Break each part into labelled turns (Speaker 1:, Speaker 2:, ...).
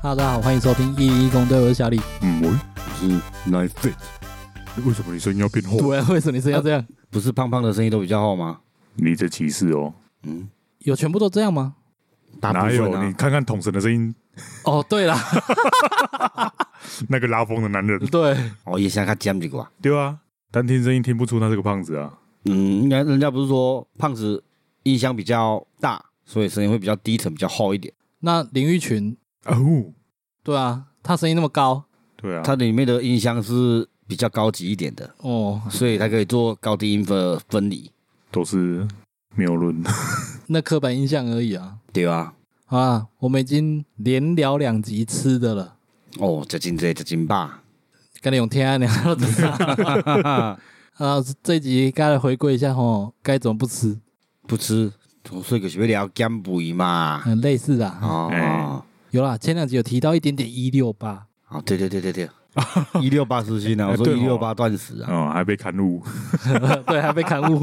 Speaker 1: Hello，大家好，欢迎收听一一公队，我是小李。
Speaker 2: 嗯，喂，我是 Life Fit。为什么你声音要变厚？
Speaker 1: 对，为什么你声音要这样？
Speaker 3: 不是胖胖的声音都比较厚吗？
Speaker 2: 你这歧视哦！
Speaker 3: 嗯，
Speaker 1: 有全部都这样吗？
Speaker 3: 大部
Speaker 2: 哪
Speaker 3: 分
Speaker 2: 有？
Speaker 3: 啊
Speaker 2: 你看看统神的声音，
Speaker 1: 哦，对 啦，
Speaker 2: 那个拉风的男人，
Speaker 1: 对，
Speaker 3: 我哦也想看尖几个吧。
Speaker 2: 对啊，单听声音听不出他是个胖子啊。
Speaker 3: 嗯，应该人家不是说胖子音箱比较大，所以声音会比较低沉，比较厚一点。
Speaker 1: 那林玉群，
Speaker 2: 哦，
Speaker 1: 对啊，他声音那么高，
Speaker 2: 对啊，
Speaker 3: 它里面的音箱是比较高级一点的，
Speaker 1: 哦，
Speaker 3: 所以它可以做高低音的分离，
Speaker 2: 都是 谬论。
Speaker 1: 那刻板印象而已啊。
Speaker 3: 对吧？
Speaker 1: 好啊，我们已经连聊两集吃的了，
Speaker 3: 哦，这金这这 金吧，
Speaker 1: 跟你用天啊，聊到这 啊啊，这一集该来回归一下吼，该怎么不吃？
Speaker 3: 不吃，从睡个学聊减 肥嘛。
Speaker 1: 嗯，类似的啊，
Speaker 3: 哦
Speaker 2: 哎，
Speaker 1: 有啦，前两集有提到一点点一六八，
Speaker 3: 哦，对对对对对，一六八 失禁啊，我说
Speaker 2: 对哦
Speaker 3: 一六八断食啊，
Speaker 2: 哦，还被刊物
Speaker 1: 对，还被刊物，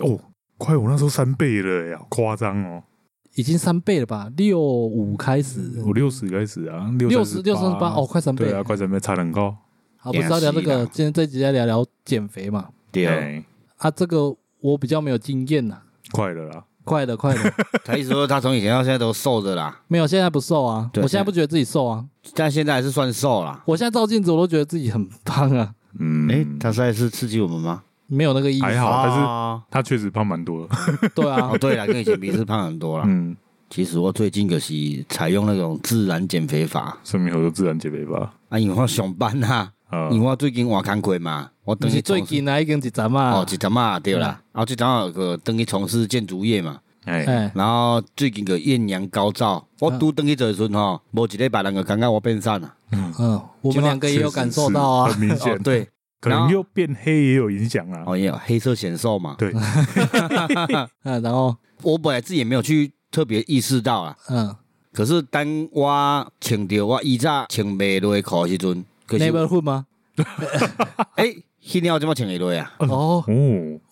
Speaker 2: 哦，快我那时候三倍了呀，好夸张哦！
Speaker 1: 已经三倍了吧？六五开始，
Speaker 2: 我六十开始啊，
Speaker 1: 嗯六十
Speaker 2: 十
Speaker 1: 六三十八哦，，快三倍
Speaker 2: 对啊，快三倍，差得很高。
Speaker 1: 好，不知道聊这
Speaker 3: 也是
Speaker 1: 个，
Speaker 3: 啦
Speaker 1: 今天这集在聊聊减肥嘛。
Speaker 3: 对哦。
Speaker 2: 哎，
Speaker 1: 啊，这个我比较没有经验呐。
Speaker 2: 快了啦，
Speaker 1: 快的，快 的，
Speaker 3: 他意思说他从以前到现在都瘦着啦，
Speaker 1: 没有，现在不瘦啊。我
Speaker 3: 对
Speaker 1: 现在不觉得自己瘦啊，
Speaker 3: 但现在还是算瘦啦。
Speaker 1: 我现在照镜子我都觉得自己很胖啊，
Speaker 2: 嗯，
Speaker 3: 哎、他现在是刺激我们吗？
Speaker 1: 没有那个意
Speaker 2: 还
Speaker 1: 思。
Speaker 2: 好，但
Speaker 3: 哦
Speaker 2: 是他确实胖蛮多的。
Speaker 1: 对啊
Speaker 3: 哦，，对了，跟以前比是胖很多啦。
Speaker 2: 嗯，
Speaker 3: 其实我最近可是采用那种自然减肥法，
Speaker 2: 生命合作自然减肥吧。
Speaker 3: 啊，因为我上班啊，
Speaker 2: 啊
Speaker 3: 因为我最近换工课嘛，我
Speaker 1: 不
Speaker 3: 等
Speaker 1: 是
Speaker 3: 于
Speaker 1: 最近啊，已经一阵嘛。
Speaker 3: 哦，一阵嘛对啦，啊，这阵有个等于从事建筑业嘛，
Speaker 2: 哎，
Speaker 1: 哎，
Speaker 3: 然后最近个艳阳高照，我
Speaker 1: 嗯
Speaker 3: 拄等去做的时阵吼，无一礼拜人个感觉我变瘦了。
Speaker 1: 嗯，我们两个也有感受到
Speaker 2: 确
Speaker 1: 啊
Speaker 2: 实。是很明
Speaker 3: 哦
Speaker 2: 显，，
Speaker 3: 对，
Speaker 2: 可能又变黑也有影响啦。
Speaker 3: 哦也有黑色显瘦嘛，
Speaker 2: 对，
Speaker 1: 嗯，然后
Speaker 3: 我本来自己也没有去特别意识到啊啦。
Speaker 1: 嗯
Speaker 3: 可是当我穿着我以前穿袂落的裤的时阵，可是
Speaker 1: ，neighborhood 吗？
Speaker 3: 哎，迄年我怎么穿会落啊？
Speaker 1: 哦
Speaker 2: 哦，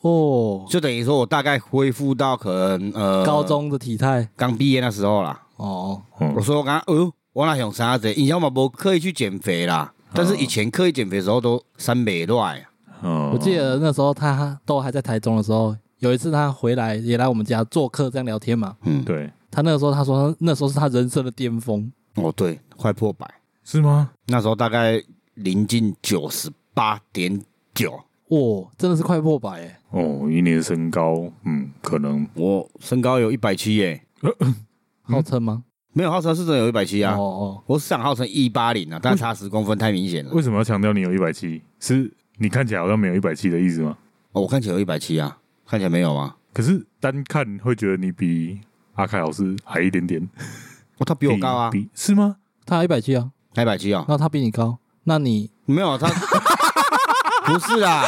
Speaker 1: 哦，
Speaker 3: 就等于说我大概恢复到可能呃
Speaker 1: 高中的体态
Speaker 3: 刚毕业那时候啦。
Speaker 1: 哦，
Speaker 3: 我
Speaker 2: 哦
Speaker 3: 说我刚，哦、呦，我那想啥子？以前我嘛无刻意去减肥啦，
Speaker 1: 哦
Speaker 3: 但是以前刻意减肥的时候都三袂落的。啊
Speaker 2: 哦
Speaker 1: 我记得那时候他都还在台中的时候，有一次他回来也来我们家做客，这样聊天嘛。
Speaker 3: 嗯，
Speaker 2: 对，
Speaker 1: 他那个时候他说他那时候是他人生的巅峰，
Speaker 3: 哦对，快破百，
Speaker 2: 是吗？
Speaker 3: 那时候大概临近九十八点九。
Speaker 1: 哇，真的是快破百哎！
Speaker 2: 哦，一年身高，嗯，可能
Speaker 3: 我身高有一百七耶，嗯
Speaker 1: 号称吗？
Speaker 3: 没有浩辰是真的有一百七啊。
Speaker 1: 哦嗯哦，
Speaker 3: 我上号称一八零啊，但差十公分太明显了。
Speaker 2: 为什么要强调你有一百七？是你看起来好像没有一百七的意思吗？
Speaker 3: 哦，我看起来有一百七啊，看起来没有吗？
Speaker 2: 可是单看会觉得你比阿凯老师矮一点点，
Speaker 3: 哦，他比我高啊，
Speaker 2: 比比是吗？
Speaker 1: 他一百七啊，
Speaker 3: 他一百七啊，
Speaker 1: 那他比你高，那你
Speaker 3: 没有他， 不是啊，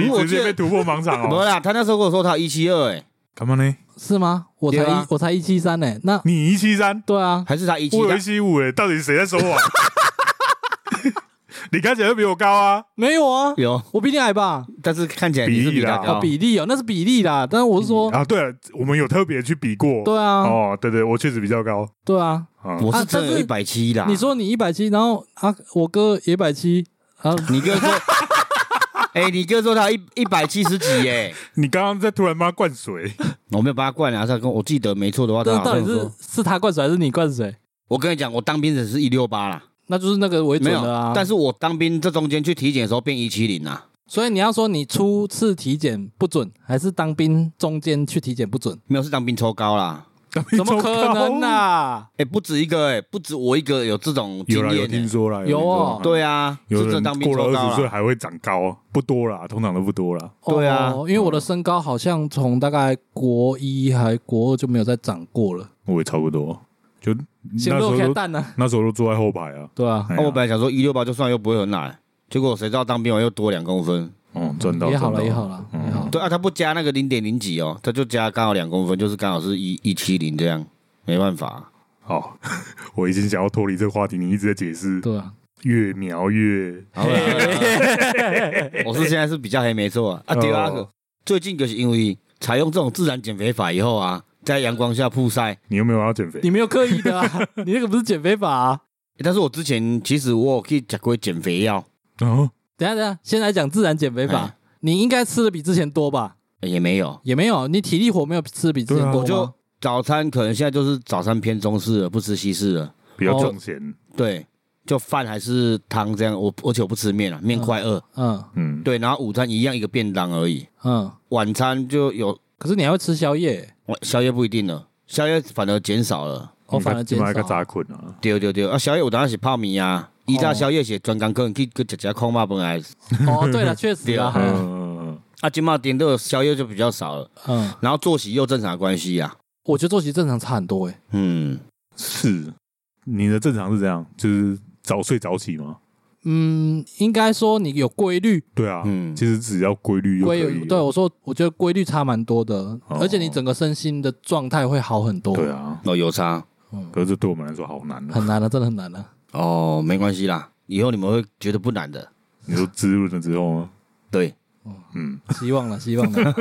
Speaker 2: 你
Speaker 3: 我
Speaker 2: 直接
Speaker 3: 记得
Speaker 2: 被突破盲场
Speaker 3: 没有
Speaker 2: 哦！
Speaker 3: 啊啦，他那时 候跟我说他一七二，哎，
Speaker 2: 干嘛呢？
Speaker 1: 是吗？我才
Speaker 3: 对啊
Speaker 1: 一我才一七三呢，那
Speaker 2: 你一七三，
Speaker 1: 对啊，
Speaker 3: 还是他一七
Speaker 2: 我有一七五哎，到底谁在说 谎？你看起来就比我高啊！
Speaker 1: 没有啊，
Speaker 3: 有，
Speaker 1: 我比你矮吧？
Speaker 3: 但是看起来你是
Speaker 2: 比
Speaker 3: 比他
Speaker 2: 例啦
Speaker 3: 高，
Speaker 1: 哦，比例哦，那是比例啦，但是我是说，
Speaker 2: 啊，对了，我们有特别去比过，
Speaker 1: 对啊，
Speaker 2: 哦，对对，我确实比较高
Speaker 1: 对啊，
Speaker 2: 啊。
Speaker 3: 哦我
Speaker 1: 啊
Speaker 3: 是真
Speaker 1: 但
Speaker 3: 的
Speaker 1: 是
Speaker 3: 一百七啦。
Speaker 1: 你说你一百七，然后啊，我哥也一百七，啊，
Speaker 3: 你哥说， 哎，你哥说他一一百七十几，哎，
Speaker 2: 你刚刚在突然帮他 灌水，
Speaker 3: 我没有把他灌啊，他跟我记得没错的话，
Speaker 1: 这
Speaker 3: 他好
Speaker 1: 啊到
Speaker 3: 像
Speaker 1: 底是
Speaker 3: 说，
Speaker 1: 是他灌水还是你灌水？
Speaker 3: 我跟你讲，我当兵只是一六八啦，
Speaker 1: 那就是那个为
Speaker 3: 没
Speaker 1: 准
Speaker 3: 有
Speaker 1: 的啊，。
Speaker 3: 但是我当兵这中间去体检的时候变一七零啦，
Speaker 1: 所以你要说你初次体检不准，还是当兵中间去体检不准？
Speaker 3: 没有是当兵抽高啦。
Speaker 1: 怎么可能
Speaker 2: 呢？
Speaker 1: 啊？
Speaker 3: 哎、不止一个哎、不止我一个有这种经
Speaker 2: 有啦，有
Speaker 3: 验、
Speaker 2: 听
Speaker 3: 欸。
Speaker 2: 说啦，
Speaker 1: 有哦
Speaker 2: 听说啦，
Speaker 3: 对啊，是
Speaker 2: 有
Speaker 3: 真的
Speaker 2: 人
Speaker 3: 当兵
Speaker 2: 过
Speaker 3: 抽
Speaker 2: 了
Speaker 3: 高啊
Speaker 2: 二十岁
Speaker 3: 了。
Speaker 2: 还会长高，不多啦，通常都不多啦。
Speaker 3: 对啊
Speaker 1: 哦因为我的身高好像从大概国一还国二就没有再长过了，
Speaker 2: 我也差不多，就那时
Speaker 1: 显露开
Speaker 2: 候都
Speaker 1: 蛋啊呢，
Speaker 2: 那时候都坐在后排啊。
Speaker 1: 对啊，
Speaker 2: 哎
Speaker 3: 啊
Speaker 2: 呀
Speaker 3: 我本来想说一六八就算又不会很矮，结果谁知道当兵完又多两公分。
Speaker 2: 哦，赚到
Speaker 1: 嗯也好了，
Speaker 2: 赚到嗯
Speaker 1: 也好了，也好了。
Speaker 3: 对啊，他不加那个零点零几哦，他就加刚好两公分，就是刚好是一一七零这样，没办法、
Speaker 2: 好， 我已经想要脱离这个话题，你一直在解释，
Speaker 1: 对啊，
Speaker 2: 越描 越
Speaker 3: 好啦
Speaker 1: 哦
Speaker 3: 我是现在是比较黑没错啊，啊对啊
Speaker 2: 哦，
Speaker 3: 最近就是因为采用这种自然减肥法以后啊，在阳光下曝晒。
Speaker 2: 你有没有要减肥？
Speaker 1: 你没有刻意的啊， 你那个不是减肥法啊。
Speaker 3: 但是我之前其实我有去吃过减肥药，
Speaker 2: 哦，
Speaker 1: 等一下等一下，先来讲自然减肥法
Speaker 3: 哎，
Speaker 1: 你应该吃的比之前多吧？
Speaker 3: 也没有。
Speaker 1: 也没有，你体力活没有吃的比之前多
Speaker 2: 啊我
Speaker 1: 吗？
Speaker 3: 就早餐可能现在就是早餐偏中式了，不吃西式了。
Speaker 2: 比较
Speaker 1: 哦
Speaker 2: 重咸，
Speaker 3: 对，就饭还是汤这样。我而且我不吃面了，啊面快饿。
Speaker 1: 嗯
Speaker 2: 嗯，
Speaker 3: 对，然后午餐一样一个便当而已，
Speaker 1: 嗯，
Speaker 3: 晚餐就有
Speaker 1: 可是你还会吃宵夜，
Speaker 3: 晚宵夜不一定了，宵夜反而减少了。
Speaker 1: 我哦反而
Speaker 2: 今
Speaker 1: 减
Speaker 2: 晚嗯个
Speaker 1: 少。
Speaker 2: 炸困啊，
Speaker 3: 对对对，啊，宵夜我当然是泡面啊，一大
Speaker 1: 哦
Speaker 3: 宵夜是专工可能去去食食空嘛本来，
Speaker 1: 哦，对了，确 实
Speaker 2: 嗯
Speaker 1: 啊，
Speaker 2: 嗯，嗯
Speaker 3: 啊，今嘛点到宵夜就比较少了，
Speaker 1: 嗯，
Speaker 3: 然后作息又正常的关系啊，
Speaker 1: 我觉得作息正常差很多诶。欸
Speaker 3: 嗯，
Speaker 2: 是你的正常是这样，就是早睡早起吗？
Speaker 1: 嗯，应该说你有规律，
Speaker 2: 对啊，
Speaker 3: 嗯
Speaker 2: 其实只要规律就可
Speaker 1: 规
Speaker 2: 以了。
Speaker 1: 对啊我说，我觉得规律差蛮多的，
Speaker 2: 哦
Speaker 1: 而且你整个身心的状态会好很多。
Speaker 2: 对，啊，
Speaker 3: 哦，有差
Speaker 1: 嗯，
Speaker 2: 可是这对啊我们来说好难啊。
Speaker 1: 很难的，真的很难的。
Speaker 3: 哦，没关系啦，以后你们会觉得不难的，
Speaker 2: 你说滋润了之后吗？
Speaker 3: 对，
Speaker 2: 嗯，
Speaker 1: 希望了，希望了。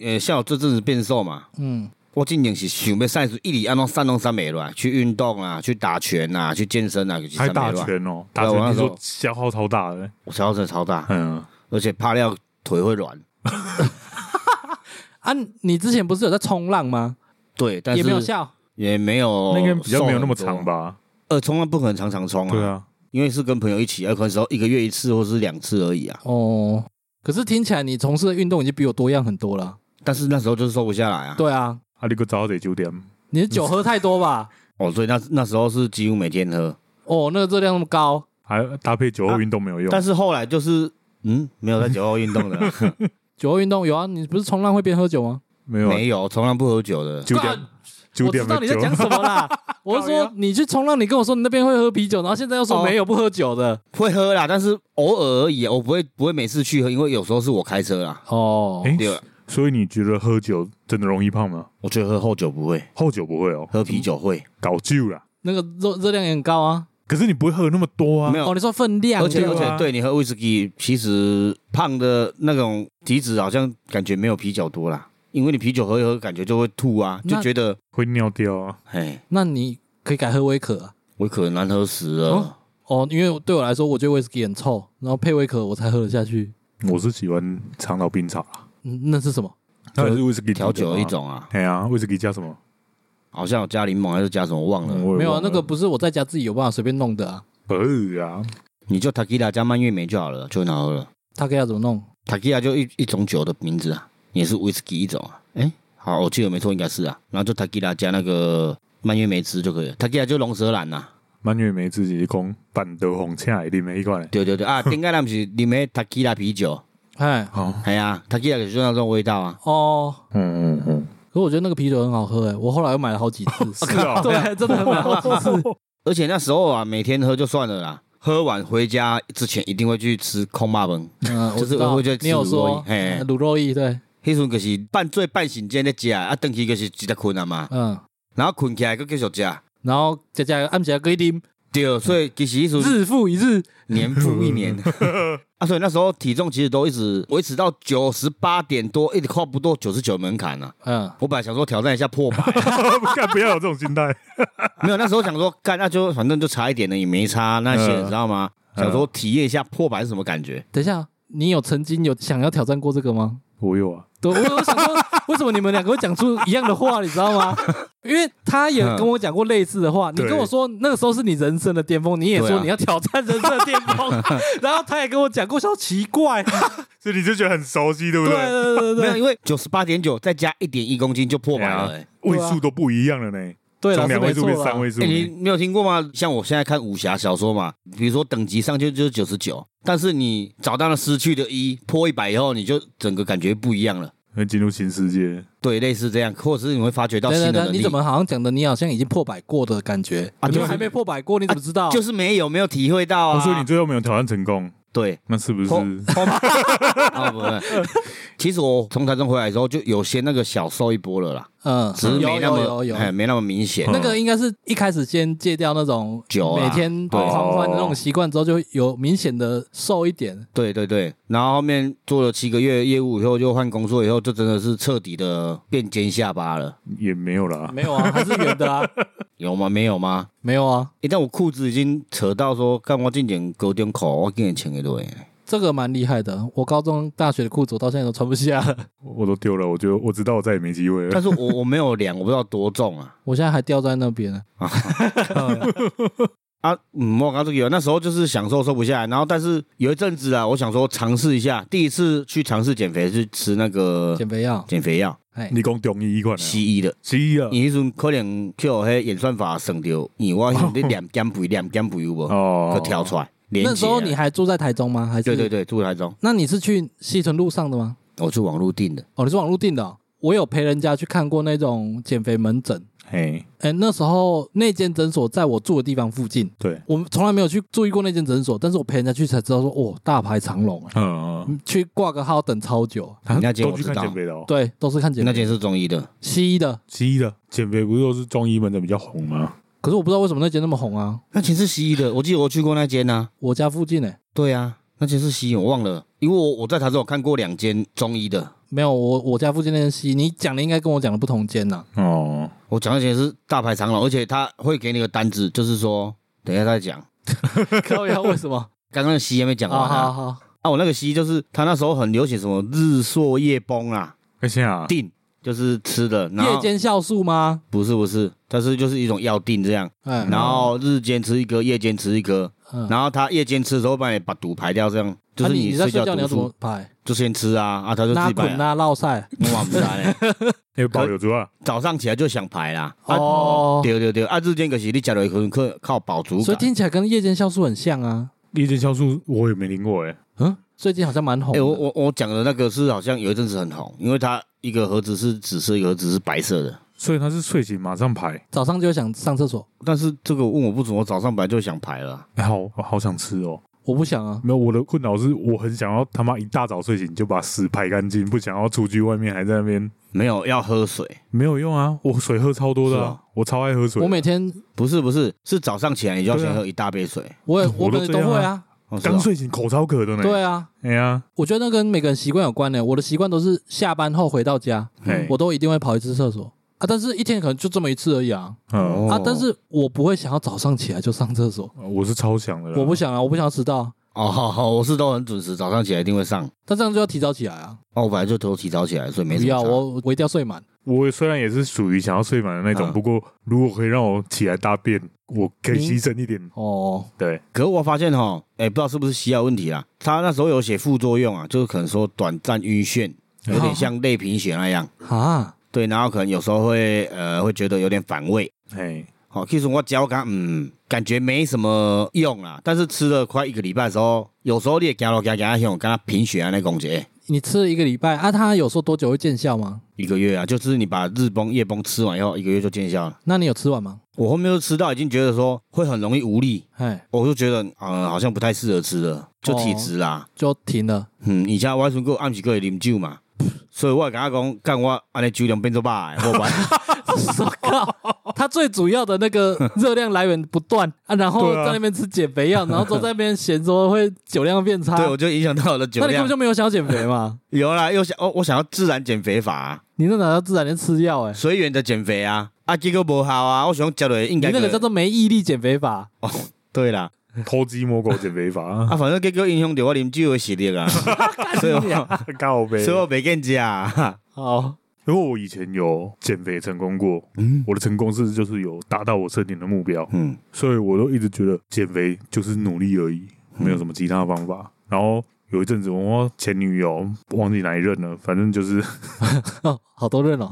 Speaker 3: 呃，像我这阵子变瘦嘛，
Speaker 1: 嗯，
Speaker 3: 我今年是想要散出一里安弄散弄三美乱，去运动啊，去打拳啊，去健身啊，去
Speaker 2: 还
Speaker 3: 三
Speaker 2: 打
Speaker 3: 美乱，
Speaker 2: 拳哦，
Speaker 3: 对
Speaker 2: 打
Speaker 3: 啊我
Speaker 2: 拳
Speaker 3: 那
Speaker 2: 你
Speaker 3: 时候
Speaker 2: 说消耗超大的，欸
Speaker 3: 我消耗真的超大，
Speaker 2: 嗯，
Speaker 3: 而且怕料腿会软。
Speaker 1: 啊，你之前不是有在冲浪吗？
Speaker 3: 对，但是
Speaker 1: 也没有效。
Speaker 3: 也没有
Speaker 2: 那应该比较没有那么
Speaker 3: 瘦很多
Speaker 2: 长？吧？
Speaker 3: 呃，冲浪不可能常常冲啊，
Speaker 2: 对啊，
Speaker 3: 因为是跟朋友一起，有可能时候一个月一次或是两次而已啊。
Speaker 1: 哦，可是听起来你从事的运动已经比我多样很多了。
Speaker 3: 但是那时候就是瘦不下来啊。，
Speaker 1: 对啊，
Speaker 2: 啊，你个早得九点，
Speaker 1: 你的酒喝太多吧？
Speaker 3: 哦，所以那那时候是几乎每天喝，
Speaker 1: 哦，那个热量那么高，
Speaker 2: 还啊搭配酒后运动没有用，
Speaker 3: 但是后来就是嗯，没有在酒后运 动的啊，
Speaker 1: 酒后运动有啊？你不是冲浪会边喝酒吗？
Speaker 2: 没有啊
Speaker 3: 没有，从来不喝酒的。
Speaker 2: 九点
Speaker 1: 干
Speaker 2: 九
Speaker 1: 我知
Speaker 2: 点
Speaker 1: 道
Speaker 2: 的
Speaker 1: 你在
Speaker 2: 酒，
Speaker 1: 讲什么 啦。我是说你去冲浪，你跟我说你那边会喝啤酒，然后现在又
Speaker 3: 哦
Speaker 1: 说没有不喝酒的。
Speaker 3: 会喝啦，但是偶尔而已啊，我不会不会每次去喝，因为有时候是我开车啦。
Speaker 1: 哦，
Speaker 2: 诶
Speaker 3: 对，啊
Speaker 2: 所以你觉得喝酒真的容易胖吗？
Speaker 3: 我觉得喝后酒不会，
Speaker 2: 后酒不会哦，
Speaker 3: 喝啤酒会，
Speaker 2: 搞酒啦，
Speaker 1: 那个热热量也很高啊。
Speaker 2: 可是你不会喝那么多啊
Speaker 3: 嗯没，有
Speaker 1: 哦，你说分量，
Speaker 3: 而且
Speaker 1: 对
Speaker 3: 而
Speaker 1: 吧
Speaker 3: 且，对你喝威士忌，其实胖的那种体脂好像感觉没有啤酒多啦，因为你啤酒喝一喝，感觉就会吐啊，
Speaker 1: 那
Speaker 3: 就觉得
Speaker 2: 会尿掉啊，
Speaker 3: 哎，
Speaker 1: 那你可以改喝威可啊。
Speaker 3: 我可能难喝死了。
Speaker 1: 哦哦，因为对我来说，我觉得威士忌很臭，然后配威可我才喝得下去。
Speaker 2: 我是喜欢长岛冰茶啦，
Speaker 1: 嗯，那是什么？
Speaker 2: 它也是威士忌
Speaker 3: 调酒的一
Speaker 2: 种。
Speaker 3: 种啊，
Speaker 2: 哎呀，威士忌加什么？
Speaker 3: 好像有加柠檬还是加什么忘了，
Speaker 2: 我也
Speaker 1: 没有啊
Speaker 2: 忘，了
Speaker 1: 那个不是我在家自己有办法随便弄的啊。
Speaker 2: 不是啊，
Speaker 3: 你就 tequila 加蔓越莓就好了，就很好喝了。
Speaker 1: 他给他怎么弄？
Speaker 3: tequila 就一一种酒的名字啊，也是威士忌一种啊。哎，好，我记得没错，应该是啊。然后就 tequila 加那个蔓越莓汁就可以了，tequila 就龙舌兰呐、啊。
Speaker 2: 蔓越莓自己讲板豆红啊恰里面一罐嘞。
Speaker 3: 对对对啊，顶该他们是里面 tequila 啤酒，
Speaker 1: 哎，
Speaker 2: 好，
Speaker 3: 哎呀，tequila 就是那种味道啊。
Speaker 1: 哦，
Speaker 2: 嗯嗯嗯，
Speaker 1: 可是我觉得那个啤酒很好喝哎，我后来又买了好几 次。
Speaker 2: 是啊，
Speaker 1: 对，真的买了好几次。
Speaker 3: 而且那时候啊，每天喝就算了啦，喝完回家之前一定会去吃空霸崩。
Speaker 1: 嗯，我
Speaker 3: 就是
Speaker 1: 知道
Speaker 3: 我就吃
Speaker 1: 你有
Speaker 3: 卤肉
Speaker 1: 说
Speaker 3: 意嘿
Speaker 1: 卤肉意对，
Speaker 3: 迄阵就是半醉半醒间在食，啊，顿去就是直接困啊嘛，
Speaker 1: 嗯，
Speaker 3: 然后困起来又继续食。
Speaker 1: 然后加加按起来规定
Speaker 3: 对，所以其实迄阵
Speaker 1: 日复一日，
Speaker 3: 年复一年 啊，所以那时候体重其实都一直维持到九十八点多，一直跨不到九十九门槛啊。
Speaker 1: 嗯，
Speaker 3: 我本来想说挑战一下破 百，
Speaker 2: 干 不要有这种心态。
Speaker 3: 没有，那时候想说干，那就反正就差一点了，也没差那些，
Speaker 2: 嗯
Speaker 3: 你知道吗？
Speaker 2: 嗯
Speaker 3: 想说体验一下破百是什么感觉。
Speaker 1: 等一下，你有曾经有想要挑战过这个吗？
Speaker 2: 我有啊，
Speaker 1: 对，我我想说，为什么你们两个会讲出一样的话，你知道吗？因为他
Speaker 3: 嗯
Speaker 1: 也跟我讲过类似的话，你
Speaker 2: 对
Speaker 1: 跟我说那个时候是你人生的巅峰，你也
Speaker 3: 对
Speaker 1: 说
Speaker 3: 啊
Speaker 1: 你要挑战人生的巅 峰，然后他也跟我讲过，我想说奇怪，
Speaker 2: 所以你就觉得很熟悉，对不
Speaker 1: 对啊对对啊
Speaker 3: 没
Speaker 1: 对
Speaker 3: 有，
Speaker 1: 对，
Speaker 3: 因为九十八点九再加一点一公斤就破百了、欸。
Speaker 2: 位数都不一样了呢，
Speaker 1: 对
Speaker 2: 从
Speaker 1: 了，是
Speaker 2: 两
Speaker 1: 没
Speaker 2: 位数
Speaker 1: 错
Speaker 2: 变
Speaker 1: 啦
Speaker 2: 三位数
Speaker 3: 哎、。你没有听过吗？像我现在看武侠小说嘛，比如说等级上去就是九十九，但是你找到了失去的一，破一百以后，你就整个感觉不一样了。
Speaker 1: 哎
Speaker 2: 会进入新世界，
Speaker 3: 对，类似这样，或者是你会发掘到
Speaker 1: 对
Speaker 3: 新
Speaker 1: 对
Speaker 3: 的
Speaker 1: 对，
Speaker 3: 能力。
Speaker 1: 你怎么好像讲的你好像已经破百过的感觉
Speaker 3: 啊
Speaker 1: 你
Speaker 3: 就是
Speaker 1: 还没破百过，你怎么知道？
Speaker 3: 就是没有没有体会到啊？
Speaker 2: 哦所以你最后没有挑战成功。
Speaker 3: 对，哦
Speaker 2: 那是不是
Speaker 3: 后后 啊不是，其实我从台中回来的时候，就有些那个小瘦一波了啦，
Speaker 1: 嗯，
Speaker 3: 只是没
Speaker 1: 有
Speaker 3: 那么
Speaker 1: 有有有
Speaker 3: 哎，没那么明显。
Speaker 1: 那个应该是一开始先戒掉那种
Speaker 3: 酒啊
Speaker 1: 每天
Speaker 3: 对
Speaker 1: 狂欢的那种习惯之后，就有明显的瘦一点。
Speaker 3: 对对对，然后后面做了七个月业务以后，就换工作以后，就真的是彻底的变尖下巴了。
Speaker 2: 也没有啦？
Speaker 1: 没有啊，还是圆的啊，
Speaker 3: 有吗？没有吗？
Speaker 1: 没有啊，
Speaker 3: 诶，但我裤子已经扯到说，干我进点高点口，我给你钱给对。
Speaker 1: 这个蛮厉害的。我高中、大学的裤子我到现在都穿不下了，
Speaker 2: 我都丢了，我觉得我知道我再也没机会了
Speaker 3: 但。是我我没有量，我不知道多重啊。
Speaker 1: 我现在还吊在那边呢。
Speaker 3: 啊，嗯，我刚这个那时候就是享受瘦不下来，然后但是有一阵子啊，我想说尝试一下，第一次去尝试减肥是吃那个
Speaker 1: 减肥药，
Speaker 3: 减肥药，
Speaker 1: 哎，
Speaker 2: 你讲中医一款啊，
Speaker 3: 西医的。
Speaker 2: 西医啊，
Speaker 3: 你迄阵可能叫迄演算法算着，你我迄阵两 减肥两减肥有无？
Speaker 2: 哦，
Speaker 3: 可跳出来。连
Speaker 1: 那时候
Speaker 3: 结啊
Speaker 1: 你还住在台中吗？还是
Speaker 3: 对对对住台中，
Speaker 1: 那你是去西屯路上的吗？
Speaker 3: 我去网络订的。
Speaker 1: 哦，你是网络订的哦、我有陪人家去看过那种减肥门诊。
Speaker 2: 嘿，
Speaker 1: 哎，那时候那间诊所在我住的地方附近，
Speaker 2: 对，
Speaker 1: 我们从来没有去注意过那间诊所，但是我陪人家去才知道说，哦，大排长龙啊，
Speaker 2: 嗯，嗯
Speaker 1: 嗯去挂个号等超久。
Speaker 3: 你那间
Speaker 2: 都
Speaker 3: 我
Speaker 2: 去
Speaker 3: 知
Speaker 2: 看
Speaker 3: 道
Speaker 2: 减，肥的哦。
Speaker 1: 对，都是看减
Speaker 3: 那
Speaker 1: 肥
Speaker 3: 间是中医的，
Speaker 1: 西医的，
Speaker 2: 西医的减肥不是都是中医门诊比较红吗？
Speaker 1: 可是我不知道为什么那间那么红啊。
Speaker 3: 那间是西医的。我记得我去过那间啊。
Speaker 1: 我家附近呢、欸，
Speaker 3: 对啊，那间是西医，我忘了，因为我我在台中我看过两间中医的，
Speaker 1: 没有我我家附近那间西医，你讲的应该跟我讲的不同间 呐、
Speaker 2: 哦，
Speaker 3: 我讲那间是大排长龙，而且他会给你个单子，就是说等一下再讲。
Speaker 1: 靠呀，为什么？
Speaker 3: 刚刚的西医还没讲
Speaker 1: 啊
Speaker 3: 完
Speaker 1: 好
Speaker 3: 啊。
Speaker 1: 好，
Speaker 3: 啊，我那个西医就是他那时候很流行什么日朔夜崩啊，
Speaker 2: 那现在啊
Speaker 3: 定就是吃的，然
Speaker 1: 夜
Speaker 3: 后
Speaker 1: 间酵素吗？
Speaker 3: 不是不是，但是就是一种药定这样，
Speaker 1: 哎，
Speaker 3: 然后日间吃一颗，夜间吃一颗，
Speaker 1: 嗯，
Speaker 3: 然后他夜间吃的时候帮你把毒排掉，这样就
Speaker 1: 啊
Speaker 3: 是
Speaker 1: 你在睡
Speaker 3: 睡觉
Speaker 1: 觉你
Speaker 3: 毒
Speaker 1: 要怎么
Speaker 3: 素
Speaker 1: 排？
Speaker 3: 就先吃啊啊，他就自
Speaker 1: 拉
Speaker 3: 己排
Speaker 1: 捆拉
Speaker 3: 啊，
Speaker 1: 绕晒
Speaker 3: 我嘛不知道嘞，
Speaker 2: 有保留住啊，
Speaker 3: 早上起来就想排啦，啊
Speaker 1: 哦，
Speaker 3: 对对对，啊日间可是你吃了一可能靠饱足
Speaker 1: 所
Speaker 3: 感
Speaker 1: 以，听起来跟夜间酵素很像啊。
Speaker 2: 夜间酵素我也没听过哎，
Speaker 1: 嗯，最近好像蛮红
Speaker 3: 哎、
Speaker 1: 的。
Speaker 3: 我我我讲的那个是好像有一阵子很红，因为它一个盒子是紫色，一个盒子是白色的。
Speaker 2: 所以他是睡醒马上排，
Speaker 1: 早上就想上厕所，
Speaker 3: 但是这个问我不准，我早上本来就想排了啊、
Speaker 2: 哎，好我好想吃哦。
Speaker 1: 我不想啊。
Speaker 2: 没有，我的困扰是我很想要他妈一大早睡醒就把屎排干净，不想要出去外面还在那边
Speaker 3: 没有要喝水，
Speaker 2: 没有用啊！我水喝超多的、
Speaker 3: 是
Speaker 2: 啊，我超爱喝水。
Speaker 1: 我每天
Speaker 3: 不是不是，是早上起来你就要
Speaker 2: 对
Speaker 3: 先
Speaker 2: 啊
Speaker 3: 喝一大杯水。
Speaker 1: 我也我
Speaker 2: 我都
Speaker 1: 每天
Speaker 2: 这
Speaker 1: 都
Speaker 2: 样啊
Speaker 1: 会啊。
Speaker 3: 哦是哦
Speaker 2: 刚睡醒口超渴的呢。
Speaker 1: 对啊，
Speaker 2: 哎呀，
Speaker 1: 我觉得那跟每个人习惯有关呢、我的习惯都是下班后回到家，
Speaker 2: 哎，
Speaker 1: 我都一定会跑一次厕所啊，但是一天可能就这么一次而已啊
Speaker 2: 嗯，
Speaker 1: 啊
Speaker 3: 哦！
Speaker 1: 但是我不会想要早上起来就上厕所，
Speaker 2: 我是超想的啦。
Speaker 1: 我不想啊，我不想要迟到，
Speaker 3: 哦，好好，我是都很准时，早上起来一定会上。
Speaker 1: 但这样就要提早起来啊！
Speaker 3: 哦，我本来就都提早起来，所以没
Speaker 1: 不
Speaker 3: 什么
Speaker 1: 要
Speaker 3: 差。
Speaker 1: 我我一定要睡满，
Speaker 2: 我虽然也是属于想要睡满的那种，
Speaker 3: 嗯
Speaker 2: 不过如果可以让我起来大便，我可以牺牲一点。
Speaker 1: 哦，
Speaker 2: 对，
Speaker 3: 可是我发现哈，哎、不知道是不是西药问题啦，他那时候有写副作用啊，就是可能说短暂晕眩，有点像类贫血那样。
Speaker 1: 啊，
Speaker 3: 对，然后可能有时候会呃会觉得有点反胃。
Speaker 2: 哎，
Speaker 3: 好、其实我嚼感嗯感觉没什么用啦，但是吃了快一个礼拜的时候，有时候你也行路行行像跟他贫血啊那感觉。
Speaker 1: 你吃了一个礼拜啊，它有说多久会见效吗？
Speaker 3: 一个月啊，就是你把日崩夜崩吃完以后，一个月就见效了。
Speaker 1: 那你有吃完吗？
Speaker 3: 我后面就吃到已经觉得说会很容易无力，
Speaker 1: 哎，
Speaker 3: 我就觉得呃好像不太适合吃了，就体质啦。
Speaker 1: 就停 了，
Speaker 3: 嗯，以前我还算过暗时过会啉酒嘛，所以我也跟他讲，干我安尼酒量变做吧，我 不爱
Speaker 1: 我靠，它最主要的那个 热量来源不断啊，然后
Speaker 2: 对啊
Speaker 1: 在那边吃减肥药，然后都在那边嫌说会酒量变差，
Speaker 3: 对我就影响到我的酒
Speaker 1: 那你根
Speaker 3: 量
Speaker 1: 本。就没有想要减肥嘛？
Speaker 3: 有啦，又想哦，我想要自然减肥法、啊，
Speaker 1: 你那哪叫自然在吃药哎、
Speaker 3: 随缘的减肥啊，啊结果无效啊，我想吃落应
Speaker 1: 你
Speaker 3: 该
Speaker 1: 那个
Speaker 3: 就
Speaker 1: 叫做没毅力减肥法，
Speaker 3: 对啦，
Speaker 2: 偷鸡摸狗减肥法，
Speaker 3: 啊反正结果影响到我啉酒的实力啊， 所以我
Speaker 1: 啊
Speaker 2: 告呗。
Speaker 3: 所以我没跟食啊，
Speaker 1: 好，
Speaker 2: 因为我以前有减肥成功过，
Speaker 3: 嗯
Speaker 2: 我的成功是就是有达到我设定的目标，
Speaker 3: 嗯，
Speaker 2: 所以我都一直觉得减肥就是努力而已，
Speaker 3: 嗯
Speaker 2: 没有什么其他的方法。然后有一阵子，我前女友忘记哪一任了，反正就是
Speaker 1: 哦、 好多人 哦，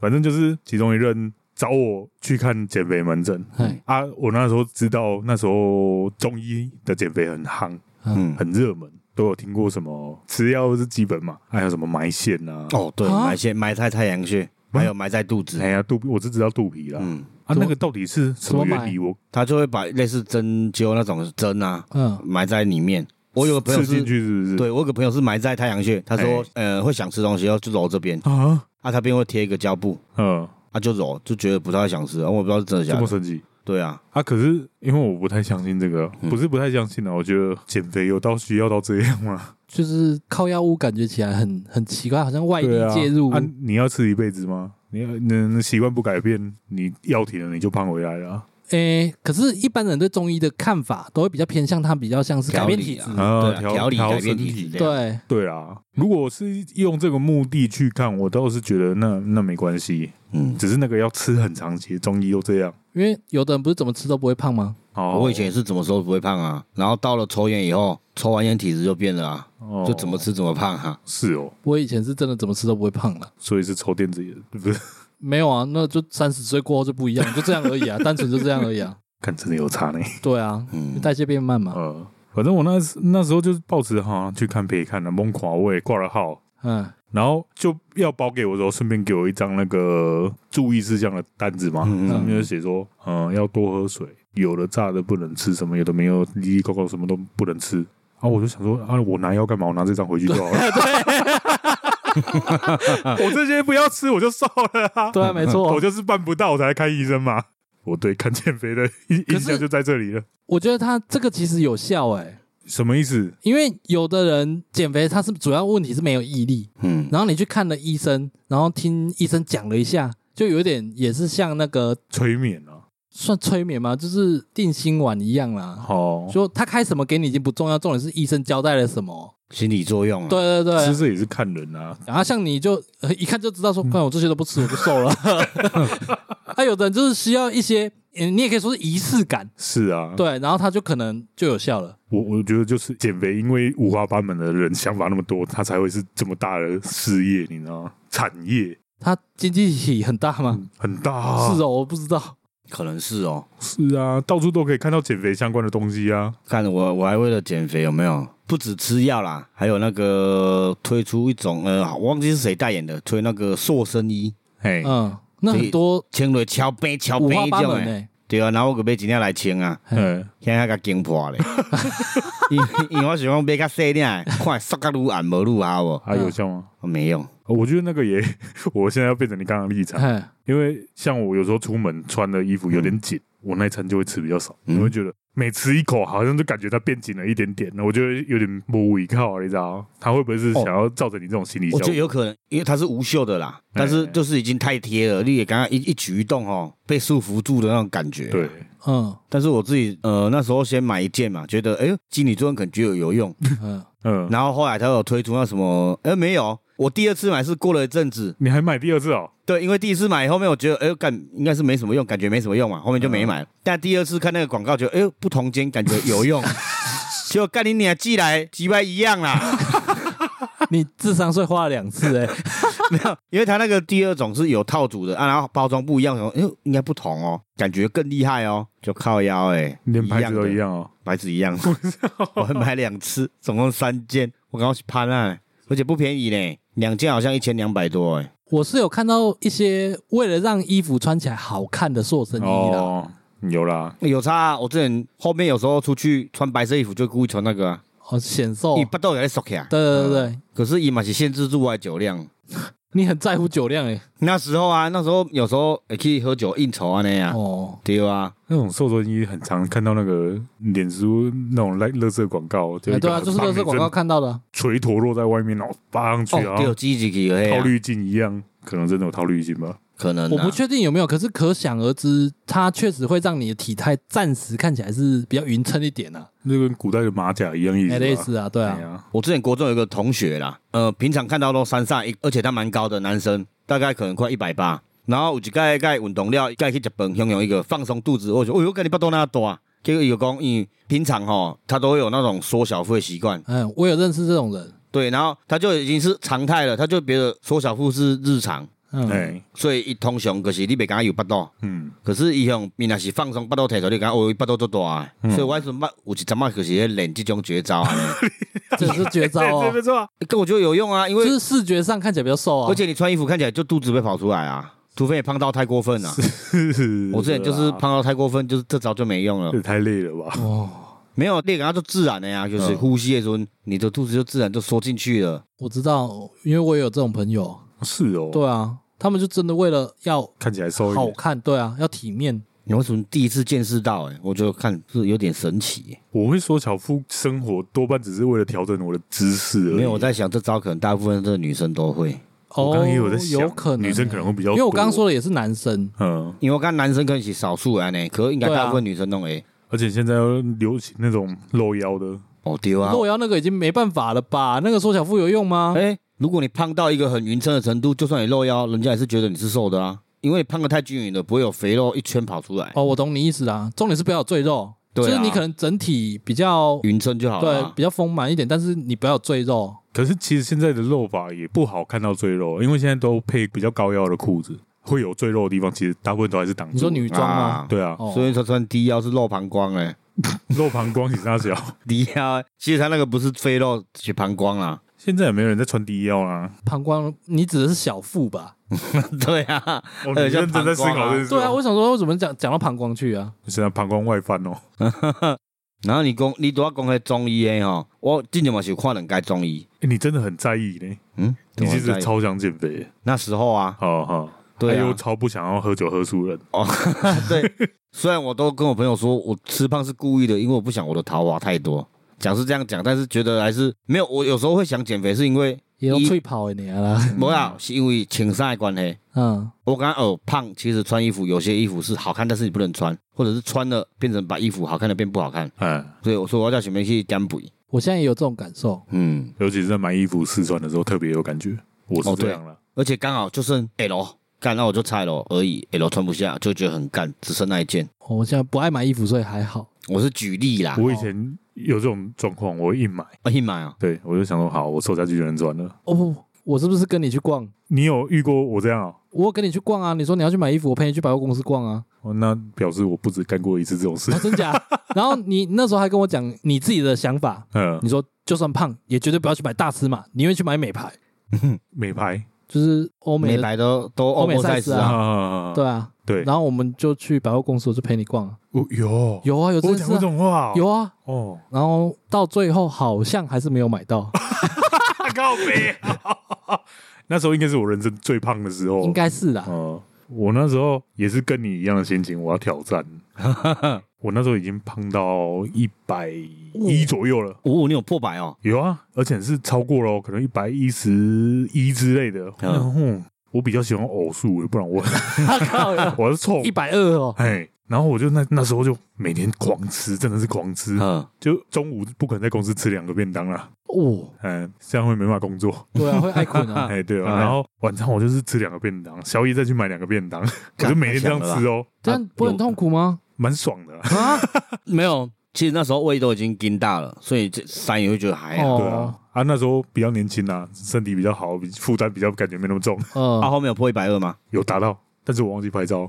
Speaker 2: 反正就是其中一任找我去看减肥门诊
Speaker 1: 哎，
Speaker 2: 啊，我那时候知道那时候中医的减肥很夯，
Speaker 3: 嗯，
Speaker 2: 很热门。都有听过什么吃药是基本嘛，还有什么埋线啊，
Speaker 3: 哦对，
Speaker 1: 啊
Speaker 3: 埋线埋汰太阳穴，还有埋在肚子
Speaker 2: 哎，呀，肚皮我只知道肚皮啦。
Speaker 3: 嗯，
Speaker 2: 啊，
Speaker 1: 怎么
Speaker 2: 那个到底是什么原理？我
Speaker 3: 他就会把类似针灸那种针啊
Speaker 1: 嗯，
Speaker 3: 埋在里面。我有个朋友
Speaker 2: 吃进
Speaker 3: 是，
Speaker 2: 去哎是不是？
Speaker 3: 对我有个朋友是埋在太阳穴，他说呃会想吃东西，要就揉这边，
Speaker 2: 啊，
Speaker 3: 啊他边会贴一个胶布，
Speaker 2: 嗯，
Speaker 3: 啊就揉，就觉得不太想吃，啊我不知道是真的假
Speaker 2: 这么
Speaker 3: 的。
Speaker 2: 神奇
Speaker 3: 对啊，
Speaker 2: 啊！可是因为我不太相信这个，
Speaker 3: 嗯
Speaker 2: 不是不太相信啊，我觉得减肥有到需要到这样 吗？
Speaker 1: 就是靠药物感觉起来很很奇怪，好像外力
Speaker 2: 对啊
Speaker 1: 介入。
Speaker 2: 啊，你要吃一辈子吗？你要那那习惯不改变，你药停了你就胖回来了啊。
Speaker 1: 诶、可是，一般人对中医的看法都会比较偏向它比较像是改变体质。
Speaker 3: 调理
Speaker 2: 啊
Speaker 3: 对啊
Speaker 2: 调
Speaker 3: 调理
Speaker 2: 调
Speaker 3: 改变
Speaker 2: 身
Speaker 3: 体
Speaker 2: 体
Speaker 3: 质这样，
Speaker 1: 对，
Speaker 2: 对啊，如果是用这个目的去看，我倒是觉得那那没关系，
Speaker 3: 嗯，
Speaker 2: 只是那个要吃很长期，中医又这样。
Speaker 1: 因为有的人不是怎么吃都不会胖吗？
Speaker 2: 哦
Speaker 3: 我以前也是怎么时候不会胖啊，然后到了抽烟以后，抽完烟体质就变了啊，
Speaker 2: 哦
Speaker 3: 就怎么吃怎么胖啊哈。
Speaker 2: 是哦，
Speaker 1: 我以前是真的怎么吃都不会胖了。
Speaker 2: 所以是抽电子烟，不是？
Speaker 1: 没有啊，那就三十岁过后就不一样，就这样而 已啊，单纯就这样而已啊。
Speaker 2: 看真的有 差呢。
Speaker 1: 对啊，
Speaker 3: 嗯，
Speaker 1: 代谢变慢嘛。
Speaker 2: 呃，反正我那时那时候就是抱持哈去看别看了，蒙垮位挂了号，
Speaker 1: 嗯
Speaker 2: 然后就要包给我的时候，顺便给我一张那个注意事项的单子嘛，
Speaker 3: 嗯
Speaker 2: 上面就写说，嗯、要多喝水，有的炸的不能吃，什么有的没有，里里扣扣什么都不能吃。啊，我就想说，啊，我拿药干嘛？我拿这张回去就好了。 我这些不要吃，我就瘦了啊。
Speaker 1: 对啊，没错
Speaker 2: 我。就是办不到，我才来看医生嘛。我对看减肥的印
Speaker 1: 可
Speaker 2: 印
Speaker 1: 是
Speaker 2: 象就在这里了。
Speaker 1: 我觉得他这个其实有效哎、
Speaker 2: 什么意思？
Speaker 1: 因为有的人减肥，他是主要问题是没有毅力，
Speaker 3: 嗯，
Speaker 1: 然后你去看了医生，然后听医生讲了一下，就有点也是像那个
Speaker 2: 催眠啊？
Speaker 1: 算催眠嘛，就是定心丸一样啦。
Speaker 2: 好，
Speaker 1: 就他开什么给你已经不重要，重点是医生交代了什么。
Speaker 3: 心理作用啊。
Speaker 1: 对对
Speaker 2: 嗯其
Speaker 1: 对，
Speaker 2: 实也是看人啊。
Speaker 1: 然后像你就、呃一看就知道 说，不 然我这些都不吃，我就瘦了。啊，有的人就是需要一些，呃你也可以说是仪式感，
Speaker 2: 是啊，
Speaker 1: 对，然后他就可能就有效了。
Speaker 2: 我我觉得就是减肥，因为五花八门的人想法那么多，他才会是这么大的事业，你知道吗？产业
Speaker 1: 他经济体很大吗？
Speaker 2: 很大、啊，
Speaker 1: 是哦，我不知道。
Speaker 3: 可能是哦。
Speaker 2: 是啊，到处都可以看到减肥相关的东西啊。
Speaker 3: 看我我还为了减肥有没有？不止吃药啦，还有那个推出一种呃，我忘记是谁代言的，推那个塑身衣，
Speaker 2: 哎
Speaker 1: 嗯，那很多
Speaker 3: 穿了敲背敲
Speaker 1: 五
Speaker 3: 背
Speaker 1: 花八
Speaker 3: 这种
Speaker 1: 门欸
Speaker 3: 的。
Speaker 1: 诶、
Speaker 3: 对啊，然后我个买真正来穿啊，
Speaker 2: 嗯，
Speaker 3: 现在甲惊破 咧。因因为我想讲买较细领的，看会缩甲愈暗无愈好无？
Speaker 2: 还有效吗？
Speaker 3: 我没用，
Speaker 2: 啊我觉得那个也， 我现在要变成你刚刚的立场，
Speaker 1: 嘿
Speaker 2: 因为像我有时候出门穿的衣服有点紧，我那一餐就会吃比较少，
Speaker 3: 嗯
Speaker 2: 我会觉得每吃一口好像就感觉它变紧了一点点，我觉得有点不依靠，啊你知道吗？他会不会是想要照着你这种心理效
Speaker 3: 我觉
Speaker 2: 果？
Speaker 3: 得有可能，因为它是无袖的啦，但是就是已经太贴了，你也刚刚一一举一动哦，被束缚住的那种感觉。
Speaker 2: 对，
Speaker 1: 嗯
Speaker 3: 但是我自己呃那时候先买一件嘛，觉得哎呦经理作用可能觉得有用，
Speaker 1: 嗯，
Speaker 2: 嗯，
Speaker 3: 然后后来他有推出那什么，哎没有，我第二次买是过了一阵子，
Speaker 2: 你还买第二次哦？
Speaker 3: 对，因为第一次买后面我觉得哎呦感应该是没什么用，感觉没什么用嘛，后面就没买了。但第二次看那个广告，觉得哎呦不同间感觉有用，结果干你俩寄来几百一样啦，
Speaker 1: 你智商税花了两次欸诶、
Speaker 3: 没有，因为他那个第二种是有套组的啊，然后包装不一样，然后哎呦应该不同哦，感觉更厉害哦，就靠腰哎、
Speaker 2: 连牌子都
Speaker 3: 的
Speaker 2: 一样哦。
Speaker 3: 白纸 一样，我还买两次，总共三件，我刚刚去攀啊，而且不便宜呢，两件好像一千两百多哎、
Speaker 1: 我是有看到一些为了让衣服穿起来好看的塑身衣啦，
Speaker 2: 哦，有啦，
Speaker 3: 有差、啊，我之前后面有时候出去穿白色衣服就故意穿那个、啊，
Speaker 1: 哦，显瘦
Speaker 3: 你。不都有在缩起来，
Speaker 1: 对
Speaker 2: 嗯
Speaker 1: 对对对，
Speaker 3: 可是伊嘛是限制住我的酒量。
Speaker 1: 你很在乎酒量欸诶、
Speaker 3: 那时候啊，那时候有时候会去喝酒应酬啊那 样、
Speaker 1: 哦，
Speaker 3: 对啊，
Speaker 2: 那种瘦身衣很常看到那个脸书那种垃垃圾广告，就
Speaker 1: 哎
Speaker 2: 一个
Speaker 1: 对啊，
Speaker 2: 很欸
Speaker 1: 就是
Speaker 2: 胖
Speaker 1: 乐
Speaker 2: 女
Speaker 1: 视广告
Speaker 2: 生
Speaker 1: 看到的啊，
Speaker 2: 垂头落在外面，然后扒上去
Speaker 3: 哦，
Speaker 2: 啊，
Speaker 3: 对，积极几个
Speaker 2: 套
Speaker 3: 嘿，
Speaker 2: 滤镜一样，可能真的有套滤镜吧。
Speaker 3: 可能、啊、
Speaker 1: 我不确定有没有，可是可想而知，它确实会让你的体态暂时看起来是比较匀称一点啊，
Speaker 2: 那跟古代的马甲一样意思
Speaker 1: 哎，
Speaker 2: 吧。
Speaker 1: 类似啊，对
Speaker 2: 哎
Speaker 1: 啊，
Speaker 2: 呀，
Speaker 3: 我之前国中有一个同学啦，呃，平常看到都三上一，而且他蛮高的男生，大概可能快一百八。然后有一盖盖运动了，盖去日本享用一个放松肚子，我就哦哟，跟你巴肚那大。结果有讲，因为平常吼，他都会有那种缩小腹的习惯，
Speaker 1: 嗯，我有认识这种人，
Speaker 3: 对，然后他就已经是常态了，他就觉得缩小腹是日常，
Speaker 1: 嗯，
Speaker 2: 哎，
Speaker 3: 所以一通常就是你袂感觉有巴肚，
Speaker 2: 嗯，
Speaker 3: 可是伊用伊若是放松巴啊肚提出来，你感觉哦，伊巴肚足大的，所以我迄阵捌有一阵仔就是咧练即种绝招安尼，
Speaker 1: 这是绝招
Speaker 2: 对，
Speaker 1: 哦
Speaker 2: 没，错啊，
Speaker 3: 跟我觉得有用啊，因
Speaker 1: 就
Speaker 3: 为
Speaker 1: 是视觉上看起来比较瘦啊，
Speaker 3: 而且你穿衣服看起来就肚子会跑出来啊，除非你胖到太过分了、啊我之前就是
Speaker 1: 啊
Speaker 3: 胖到太过分，就是这招就没用了
Speaker 2: 啊这。太累了吧？
Speaker 1: 哦，
Speaker 3: 没有，啊那个它就自然的呀、就是
Speaker 2: 嗯
Speaker 3: 呼吸的时候，你的肚子就自然就缩进去了。
Speaker 1: 我知道，因为我也有这种朋友，
Speaker 2: 是哦，
Speaker 1: 对啊，他们就真的为了要
Speaker 2: 看起来瘦一
Speaker 1: 好
Speaker 2: 点。
Speaker 1: 看，对啊，要体面，
Speaker 3: 你为什么第一次见识到、欸？我就看是有点神奇、
Speaker 2: 我会说小夫生活多半只是为了调整我的姿势而已。
Speaker 3: 没有，我在想这招可能大部分的女生都会，
Speaker 2: 我
Speaker 1: 哦，
Speaker 2: 刚刚也有在想，
Speaker 1: 有可能
Speaker 2: 女生可能会比较，
Speaker 1: 因为我刚刚说，的也是男生，
Speaker 2: 嗯，
Speaker 3: 因为我看男生可能是少数啊呢，可应该
Speaker 1: 对啊
Speaker 3: 大部分女生弄哎诶。
Speaker 2: 而且现在流行那种露腰的，
Speaker 3: 哦丢啊！
Speaker 1: 露腰那个已经没办法了吧？那个缩小腹有用吗？
Speaker 3: 哎、如果你胖到一个很匀称的程度，就算你露腰，人家也是觉得你是瘦的啊，因为你胖的太均匀了，不会有肥肉一圈跑出来。
Speaker 1: 哦，我懂你意思啦。重点是不要有赘肉，
Speaker 3: 对啊
Speaker 1: 就是你可能整体比较
Speaker 3: 匀称就好了
Speaker 1: 对
Speaker 3: 啊。
Speaker 1: 比较丰满一点，但是你不要有赘肉。
Speaker 2: 可是其实现在的露法也不好看到赘肉，因为现在都配比较高腰的裤子，会有赘肉的地方，其实大部分都还是挡住。
Speaker 1: 你说女装吗？
Speaker 3: 啊
Speaker 2: 对啊，
Speaker 1: 哦，
Speaker 3: 所以说穿低腰是露膀胱哎、
Speaker 2: 露膀胱挺大小，
Speaker 3: 低腰其实他那个不是非肉，是膀胱啦。
Speaker 2: 现在也没有人在穿低腰啊啦。
Speaker 1: 膀胱，你指的是小腹吧？
Speaker 3: 对啊，
Speaker 2: 哦，你
Speaker 3: 呃
Speaker 2: 认真在思
Speaker 3: 像膀胱
Speaker 2: 考
Speaker 3: 啊
Speaker 2: 这件事哦。
Speaker 1: 对啊，我想说，我怎么讲讲到膀胱去啊？
Speaker 2: 现在膀胱外翻哦，
Speaker 3: 然后你讲你都要讲迄中医诶吼，我之前嘛是有看两家中医，
Speaker 2: 欸你真的很在意呢，
Speaker 3: 嗯，
Speaker 2: 你其
Speaker 3: 怎
Speaker 2: 实
Speaker 3: 么在
Speaker 2: 超想减肥，
Speaker 3: 那时候啊，
Speaker 2: 好好，
Speaker 3: 对
Speaker 2: 还
Speaker 3: 啊
Speaker 2: 有，超不想要喝酒喝输人，
Speaker 3: 哦，对，虽然我都跟我朋友说我吃胖是故意的，因为我不想我的桃花太多。讲是这样讲，但是觉得还是没有。我有时候会想减肥，是因为
Speaker 1: 也有
Speaker 3: 一
Speaker 1: 脆跑的你啊啦，
Speaker 3: 没啦，是因为情商的关系。
Speaker 1: 嗯，
Speaker 3: 我刚刚哦，胖其实穿衣服有些衣服是好看，但是你不能穿，或者是穿了变成把衣服好看的变不好看。
Speaker 2: 哎，
Speaker 3: 所以我说我要叫小妹去减肥。
Speaker 1: 我现在也有这种感受。
Speaker 3: 嗯，
Speaker 2: 尤其是在买衣服试穿的时候特别有感觉，我是这样了。
Speaker 3: 而且刚好就剩 L 干，那我就拆 L 而已，L 穿不下，就觉得很干，只剩那一件。
Speaker 1: 哦我现在不爱买衣服，所以还好。
Speaker 3: 我是举例啦，
Speaker 2: 我以前有这种状况，我一买，
Speaker 3: 哎呀 妈呀，
Speaker 2: 对我就想说，好，我瘦下去就能穿了。
Speaker 1: 哦，我是不是跟你去逛？
Speaker 2: 你有遇过我这样啊？
Speaker 1: 我有跟你去逛啊，你说你要去买衣服，我陪你去百货公司逛啊，
Speaker 2: 哦，那表示我不止干过一次这种事
Speaker 1: 哦、。真假？ 然后你那时候还跟我讲你自己的想法，
Speaker 2: 嗯，
Speaker 1: 你说就算胖也绝对不要去买大尺码，宁愿去买美牌，
Speaker 2: 美拍
Speaker 1: 就是欧美
Speaker 3: 美
Speaker 1: 的，
Speaker 3: 白都都
Speaker 1: 欧
Speaker 3: 欧
Speaker 1: 美
Speaker 3: 美赛
Speaker 1: size
Speaker 3: 事
Speaker 1: 啊
Speaker 3: 啊，
Speaker 2: 啊，
Speaker 1: 对啊。
Speaker 2: 对，
Speaker 1: 然后我们就去百货公司，我就陪你逛啊，
Speaker 2: 我有
Speaker 1: 有啊，有
Speaker 2: 我
Speaker 1: 这
Speaker 2: 有
Speaker 1: 件事
Speaker 2: 讲过
Speaker 1: 啊
Speaker 2: 这种话哦，
Speaker 1: 有啊。
Speaker 2: 哦，
Speaker 1: 然后到最后好像还是没有买到，
Speaker 2: 告别。那时候应该是我人生最胖的时候，
Speaker 1: 应该是啦。
Speaker 2: 哦，我那时候也是跟你一样的心情，我要挑 战。我那时候已经胖到一百一左右了，
Speaker 3: 五五你有破百哦，
Speaker 2: 有啊，而且是超过了哦，可能一百一十一之类的。
Speaker 3: 嗯
Speaker 2: 然后我比较喜欢偶数，不然我
Speaker 1: 靠，
Speaker 2: 我是臭
Speaker 1: 一百二哦，
Speaker 2: 哎。然后我就那那时候就每天狂吃，真的是狂吃，
Speaker 3: 嗯，
Speaker 2: 就中午不可能在公司吃两个便当啦，
Speaker 1: 哦，
Speaker 2: 嗯，这样会没办法工作，
Speaker 1: 对啊，会爱困啊。
Speaker 2: 哎，对
Speaker 3: 嗯
Speaker 2: 啊。然后晚上我就是吃两个便当，宵夜再去买两个便当，我就每天这样
Speaker 3: 太
Speaker 2: 吃
Speaker 3: 强
Speaker 2: 哦，
Speaker 1: 这样不会很痛苦吗？
Speaker 2: 蛮爽的啊。
Speaker 1: 啊，
Speaker 3: 没有，其实那时候胃都已经筋大了，所以这山也会觉得还好。
Speaker 2: 对
Speaker 1: 哦
Speaker 2: 啊，，啊那时候比较年轻啊，身体比较好，比负担比较感觉没那么重，
Speaker 3: 啊，
Speaker 2: 哦
Speaker 1: 呃，
Speaker 3: 后面有破一百二吗？
Speaker 2: 有达到，但是我忘记拍照。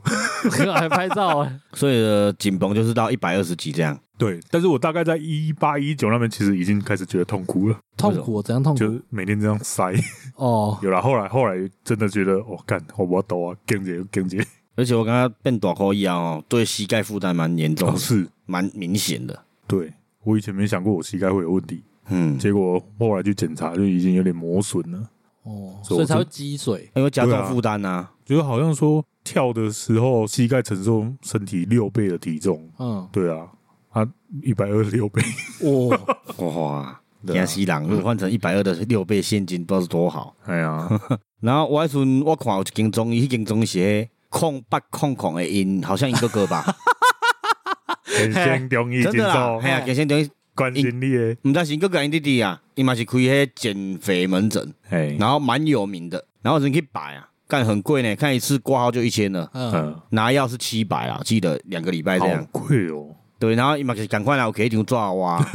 Speaker 1: 还拍照啊，
Speaker 3: 所以呃紧绷就是到一百二十几这样。
Speaker 2: 对，但是我大概在一八一九那边，其实已经开始觉得痛苦了，
Speaker 1: 痛苦哦怎样痛
Speaker 2: 就
Speaker 1: 苦？
Speaker 2: 是每天这样塞。
Speaker 1: 哦，
Speaker 2: 有了，后来后来真的觉得，我、哦、干，我不要抖啊，跟姐跟姐，
Speaker 3: 而且我刚刚变短口以后哦，对膝盖负担蛮严重
Speaker 2: 哦
Speaker 3: 的，
Speaker 2: 是，
Speaker 3: 蛮明显的。
Speaker 2: 对我以前没想过我膝盖会有问题，
Speaker 3: 嗯，
Speaker 2: 结果后来去检查就已经有点磨损了，
Speaker 1: 哦，
Speaker 2: 所以
Speaker 1: 所以
Speaker 2: 我
Speaker 1: 才会
Speaker 2: 就
Speaker 1: 积水。
Speaker 3: 因为加
Speaker 2: 对
Speaker 3: 重
Speaker 2: 啊
Speaker 3: 负担啊，
Speaker 2: 觉得好像说跳的时候膝盖承受身体六倍的体重，
Speaker 1: 嗯，
Speaker 2: 对啊，啊一百二十六倍，
Speaker 1: 哦，
Speaker 3: 哇，
Speaker 2: 对啊
Speaker 3: 亚西郎如果换成一百二的六倍现金，不知道是多好。
Speaker 2: 哎呀，
Speaker 3: 然后我迄阵我看有一间中医，迄间中医是空八空空的音，好像一个歌 吧，
Speaker 2: 人生中哦医
Speaker 3: 真
Speaker 2: 经
Speaker 3: 的啦
Speaker 2: 受，
Speaker 3: 哎呀，健身中医
Speaker 2: 关心你的，
Speaker 3: 毋知是个个因弟弟啊，伊嘛是开迄减肥门诊，
Speaker 2: 哎，
Speaker 3: 然后蛮有名的，然后人去摆啊，干很贵呢，看一次挂号就一千了，
Speaker 1: 嗯，
Speaker 2: 嗯，
Speaker 3: 拿药是七百啊，记得两个礼拜这
Speaker 2: 好
Speaker 3: 样。
Speaker 2: 贵哦，
Speaker 3: 对，然后伊嘛是赶快来，我给一张纸哇。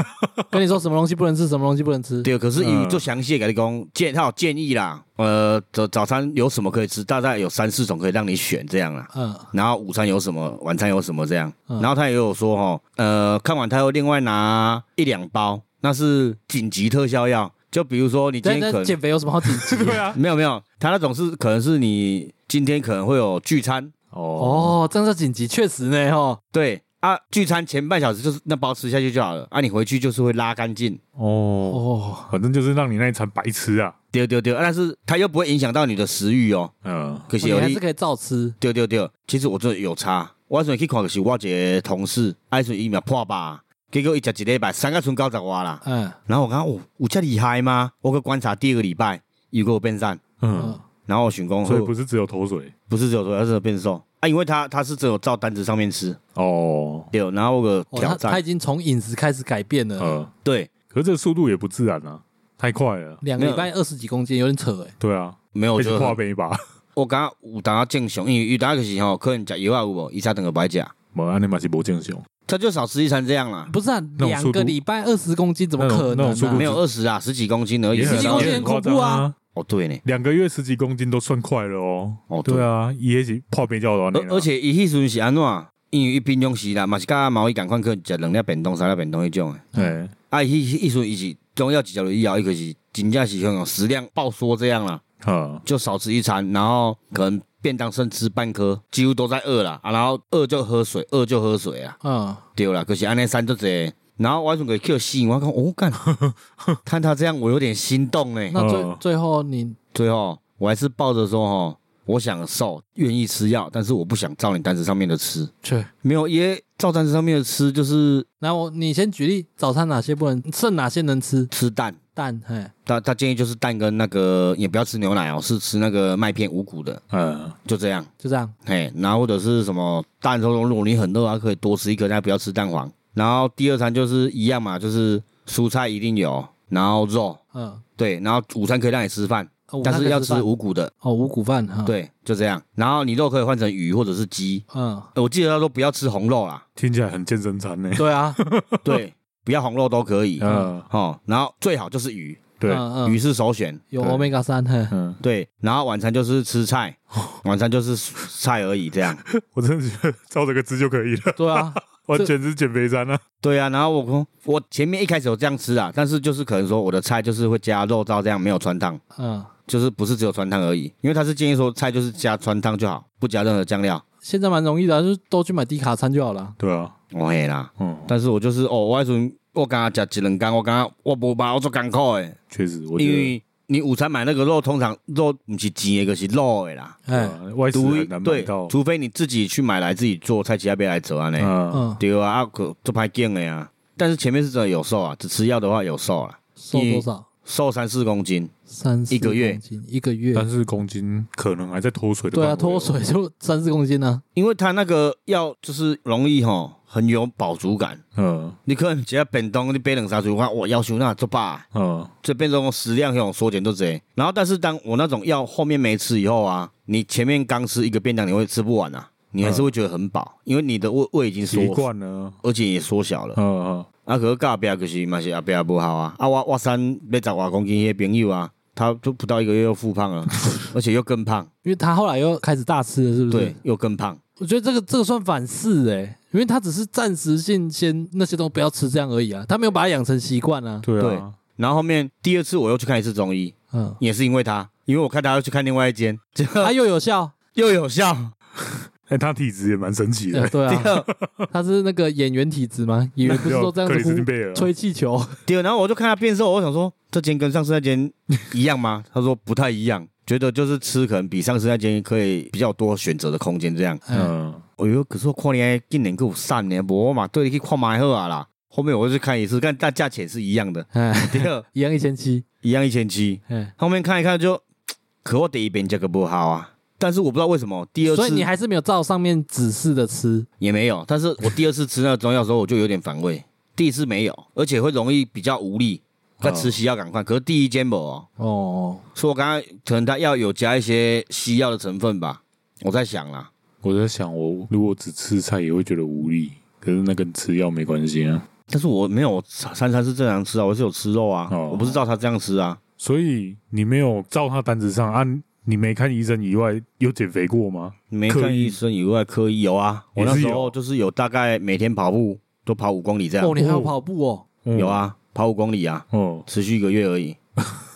Speaker 1: 跟你说什么东西不能吃，什么东西不能吃。
Speaker 3: 对，可是伊有
Speaker 2: 嗯
Speaker 3: 做详细的给你讲建，他有建议啦，呃，早早餐有什么可以吃，大概有三四种可以让你选这样啦。
Speaker 1: 嗯，
Speaker 3: 然后午餐有什么，晚餐有什么这样。
Speaker 1: 嗯
Speaker 3: 然后他也有说哈，呃，看完他又另外拿一两包那是紧急特效药。就比如说你今
Speaker 1: 但
Speaker 3: 天
Speaker 1: 但
Speaker 3: 可能
Speaker 1: 减肥有什么好紧 急？
Speaker 2: 对啊，
Speaker 3: 没有没有，他那种是可能是你今天可能会有聚餐，
Speaker 2: 哦
Speaker 1: 哦，这样叫紧急，确实呢，哦哈，
Speaker 3: 对啊，聚餐前半小时就是那包吃下去就好了啊，你回去就是会拉干净，
Speaker 2: 哦，
Speaker 1: 哦，
Speaker 2: 反正就是让你那一餐白吃啊，
Speaker 3: 丢丢丢，啊但是它又不会影响到你的食欲哦，
Speaker 2: 嗯，
Speaker 3: 可是
Speaker 1: 你
Speaker 3: 有
Speaker 1: 还
Speaker 3: 一
Speaker 1: 是可以照吃
Speaker 3: 对对对，其实我真的有差。我迄阵去看就是我一个同事，爱阵疫苗破吧，结果伊食一礼拜，三个剩九十外啦。
Speaker 1: 嗯，
Speaker 3: 然后我讲哦，有这厉害吗？我去观察第二个礼拜，又给我变瘦。
Speaker 2: 嗯
Speaker 1: 嗯，，
Speaker 3: 然后我想讲，
Speaker 2: 所以
Speaker 3: 好
Speaker 2: 不是只有口水
Speaker 3: 不是只有说他是变瘦啊，因为他他是只有照单子上面吃，
Speaker 2: 哦，
Speaker 3: 对。然后我有
Speaker 1: 哦
Speaker 3: 挑
Speaker 1: 他
Speaker 3: 战，
Speaker 1: 他已经从饮食开始改变了，
Speaker 2: 呃，
Speaker 3: 对，
Speaker 2: 可是这速度也不自然啊，太快了，
Speaker 1: 两个礼拜二十几公斤，有点扯哎，
Speaker 2: 对啊，
Speaker 3: 没有
Speaker 2: 一
Speaker 3: 就
Speaker 2: 起跨杯吧，
Speaker 3: 我感觉有当正常，因为有当就是吼，可能食药啊有无，伊才等个白食，
Speaker 2: 没安尼嘛是不正常，
Speaker 3: 他就少吃一餐这样啦，
Speaker 1: 不是啊，
Speaker 2: 那种
Speaker 1: 两
Speaker 2: 速度
Speaker 1: 个礼拜二十公斤怎么
Speaker 2: 那种
Speaker 1: 可
Speaker 2: 那
Speaker 1: 能
Speaker 2: 种速
Speaker 1: 啊
Speaker 2: 度
Speaker 3: 没？有二十啊，十几公斤而已。
Speaker 2: 也
Speaker 1: 十
Speaker 2: 很
Speaker 1: 几公斤
Speaker 2: 也
Speaker 1: 很
Speaker 2: 很
Speaker 1: 恐
Speaker 2: 夸张
Speaker 1: 怖啊
Speaker 2: 啊，
Speaker 3: 哦，对呢，
Speaker 2: 两个月十几公斤都算快了哦，
Speaker 3: 哦
Speaker 2: 对啊，也是跨杯叫的，
Speaker 3: 而而且伊迄阵是安怎样？因为伊平常时啦，嘛是甲毛伊共款去食两粒便当、三粒便当迄种诶。
Speaker 2: 哎，
Speaker 3: 啊，伊迄迄阵伊是中药食落以后，伊就是真正是像用食量暴缩这样啦，
Speaker 2: 嗯，
Speaker 3: 就少吃一餐，然后可能便当剩吃半颗，几乎都在饿啦。啊，然后饿就喝水，饿就喝水啊，
Speaker 1: 嗯，
Speaker 3: 对啦，就是安尼三就侪。然后我阵个 Q 吸引我讲，哦干， 看他这样我有点心动呢。
Speaker 1: 那最
Speaker 2: 嗯
Speaker 1: 最后你
Speaker 3: 最后我还是抱着说哦，我想瘦，愿意吃药，但是我不想照你单子上面的吃。
Speaker 1: 去，
Speaker 3: 没有，也照单子上面的吃就是
Speaker 1: 那我你先举例，早餐哪些不能，剩哪些能吃？
Speaker 3: 吃蛋。
Speaker 1: 蛋，嘿，
Speaker 3: 他他建议就是蛋跟那个也不要吃牛奶哦，是吃那个麦片五谷的，
Speaker 2: 嗯，
Speaker 3: 就这样。
Speaker 1: 就这样，
Speaker 3: 嘿，然后或者是什么蛋中，如果你很饿啊，可以多吃一颗，但不要吃蛋黄。然后第二餐就是一样嘛，就是蔬菜一定有，然后肉
Speaker 1: 嗯，
Speaker 3: 对，然后午餐可以让你吃饭，
Speaker 1: 哦
Speaker 3: 但是要
Speaker 1: 午
Speaker 3: 吃
Speaker 1: 餐可以饭
Speaker 3: 五谷的，
Speaker 1: 哦五谷饭哈，，
Speaker 3: 对，就这样。然后你肉可以换成鱼或者是鸡，
Speaker 1: 嗯，
Speaker 3: 呃我记得他说不要吃红肉啦，
Speaker 2: 听起来很健身餐呢，
Speaker 1: 对啊，
Speaker 3: 对，不要红肉都可以。
Speaker 2: 嗯，
Speaker 3: 哦，然后最好就是鱼，
Speaker 2: 对，
Speaker 1: 嗯
Speaker 3: 鱼
Speaker 1: 嗯，
Speaker 3: 是首选。
Speaker 1: 有
Speaker 2: 对
Speaker 1: omega 三，嘿，
Speaker 2: 嗯，
Speaker 3: 对，然后晚餐就是吃菜，晚餐就是菜而已，这样。
Speaker 2: 我真的觉得照这个吃就可以了，
Speaker 1: 对啊，
Speaker 2: 完全是减肥餐啊，
Speaker 3: 对啊，然后我说我前面一开始有这样吃啊，但是就是可能说我的菜就是会加肉燥，这样没有穿烫，
Speaker 1: 嗯，
Speaker 3: 就是不是只有穿烫而已，因为他是建议说菜就是加穿烫就好，不加任何酱料。
Speaker 1: 现在蛮容易的啊，就是都去买低卡餐就好了。
Speaker 2: 对啊，
Speaker 3: 我哦嘿啦，
Speaker 2: 嗯，
Speaker 3: 但是我就是哦，我那时候我刚刚吃一两天，我刚刚我无饱，我做艰苦的，
Speaker 2: 确实，我觉
Speaker 3: 因
Speaker 2: 得
Speaker 3: 为你午餐买那个肉，通常肉不是煎的，就是肉的啦。
Speaker 2: 对
Speaker 1: 哎，
Speaker 2: 啊外食
Speaker 3: 独
Speaker 2: 很难买
Speaker 3: 对
Speaker 2: 到，，
Speaker 3: 除非你自己去买来自己做，菜其他别来折啊呢。
Speaker 2: 嗯，
Speaker 1: 嗯，
Speaker 3: 对啊，啊可做歹见的啊。但是前面是真的有瘦啊，只吃药的话有瘦啊，
Speaker 1: 瘦多少？
Speaker 3: 瘦三四公斤。
Speaker 1: 三
Speaker 3: 一个月
Speaker 1: 四公斤，一个月，
Speaker 2: 但是公斤可能还在脱水的
Speaker 1: 对啊，
Speaker 2: 范围
Speaker 1: 脱
Speaker 2: 哦
Speaker 1: 水就三四公斤呢。
Speaker 3: 因为他那个药就是容易吼，很有饱足感。
Speaker 2: 嗯
Speaker 3: 你可能只要便当，你背两三水，我我要求那做吧，
Speaker 2: 嗯，
Speaker 3: 这变成食量那种缩减都这。然后，但是当我那种药后面没吃以后啊，你前面刚吃一个便当，你会吃不完啊，你还是会觉得很饱，因为你的胃胃已经
Speaker 2: 习
Speaker 3: 缩，
Speaker 2: 惯了，
Speaker 3: 而且也缩小了。
Speaker 2: 嗯嗯，
Speaker 3: 啊，可是到后壁就是嘛是后壁无效啊。啊，我我三要十外公斤迄朋友啊，他就不到一个月又复 胖了，而且又更胖，
Speaker 1: 因为他后来又开始大吃了，是不是？
Speaker 3: 对，，又更胖。
Speaker 1: 我觉得这个这个算反噬哎、因为他只是暂时性先那些东西不要吃这样而已啊，他没有把它养成习惯啊。
Speaker 2: 对啊，
Speaker 3: 然后后面第二次我又去看一次中医，
Speaker 1: 嗯，
Speaker 3: 也是因为他，因为我看他又去看另外一间，结
Speaker 1: 他、
Speaker 3: 果
Speaker 1: 又有效，
Speaker 3: 又有效。
Speaker 2: 哎，他体质也蛮神奇
Speaker 1: 对
Speaker 2: 的，
Speaker 1: 对
Speaker 3: 第
Speaker 1: 啊，
Speaker 3: 二
Speaker 1: 他是那个演员体质吗？演员 不是都这样
Speaker 2: 克里斯汀
Speaker 1: 子
Speaker 2: 贝尔啊
Speaker 1: 呼，吹气球？
Speaker 3: 第二，然后我就看他变瘦，我想说这间跟上次那间一样吗？ 他说不太一样，觉得就是吃可能比上次那间可以比较多选择的空间这样。
Speaker 1: 嗯，
Speaker 2: 嗯，
Speaker 3: 哎呦，可是我看你还今年够瘦呢，无嘛对你去看买好啊啦。后面我又去看一次，看但价钱是一样的，
Speaker 1: 哎，
Speaker 3: 第二
Speaker 1: 一样一千七，
Speaker 3: 啊一样一千七，
Speaker 1: 哎，
Speaker 3: 后面看一看就，可我第一遍这个不好啊。但是我不知道为什么第二
Speaker 1: 所以
Speaker 3: 次
Speaker 1: 你还是没有照上面指示的吃，
Speaker 3: 也没有，但是我第二次吃那个中药的时候我就有点反胃，第一次没有，而且会容易比较无力，那吃西药赶快。可是第一间没有哦，
Speaker 1: 哦，
Speaker 3: 所以我刚刚可能他要有加一些西药的成分吧，我在想啦，
Speaker 2: 我在想，我如果只吃菜也会觉得无力，可是那跟吃药没关系啊。
Speaker 3: 但是我没有三餐是正常吃啊，我是有吃肉啊，
Speaker 2: 哦
Speaker 3: 我不是照他这样吃啊，
Speaker 2: 所以你没有照他单子上按、啊你没看医生以外，有减肥过吗？
Speaker 3: 没
Speaker 2: 刻
Speaker 3: 看
Speaker 2: 意
Speaker 3: 医生以外刻意有啊，我那
Speaker 2: 也是
Speaker 3: 时
Speaker 2: 有
Speaker 3: 候就是有大概每天跑步都跑五公里这样
Speaker 1: 哦，，你还要跑步哦，
Speaker 2: 嗯
Speaker 3: 有，啊，跑五公里啊，
Speaker 2: 哦，
Speaker 3: 持续一个月而已，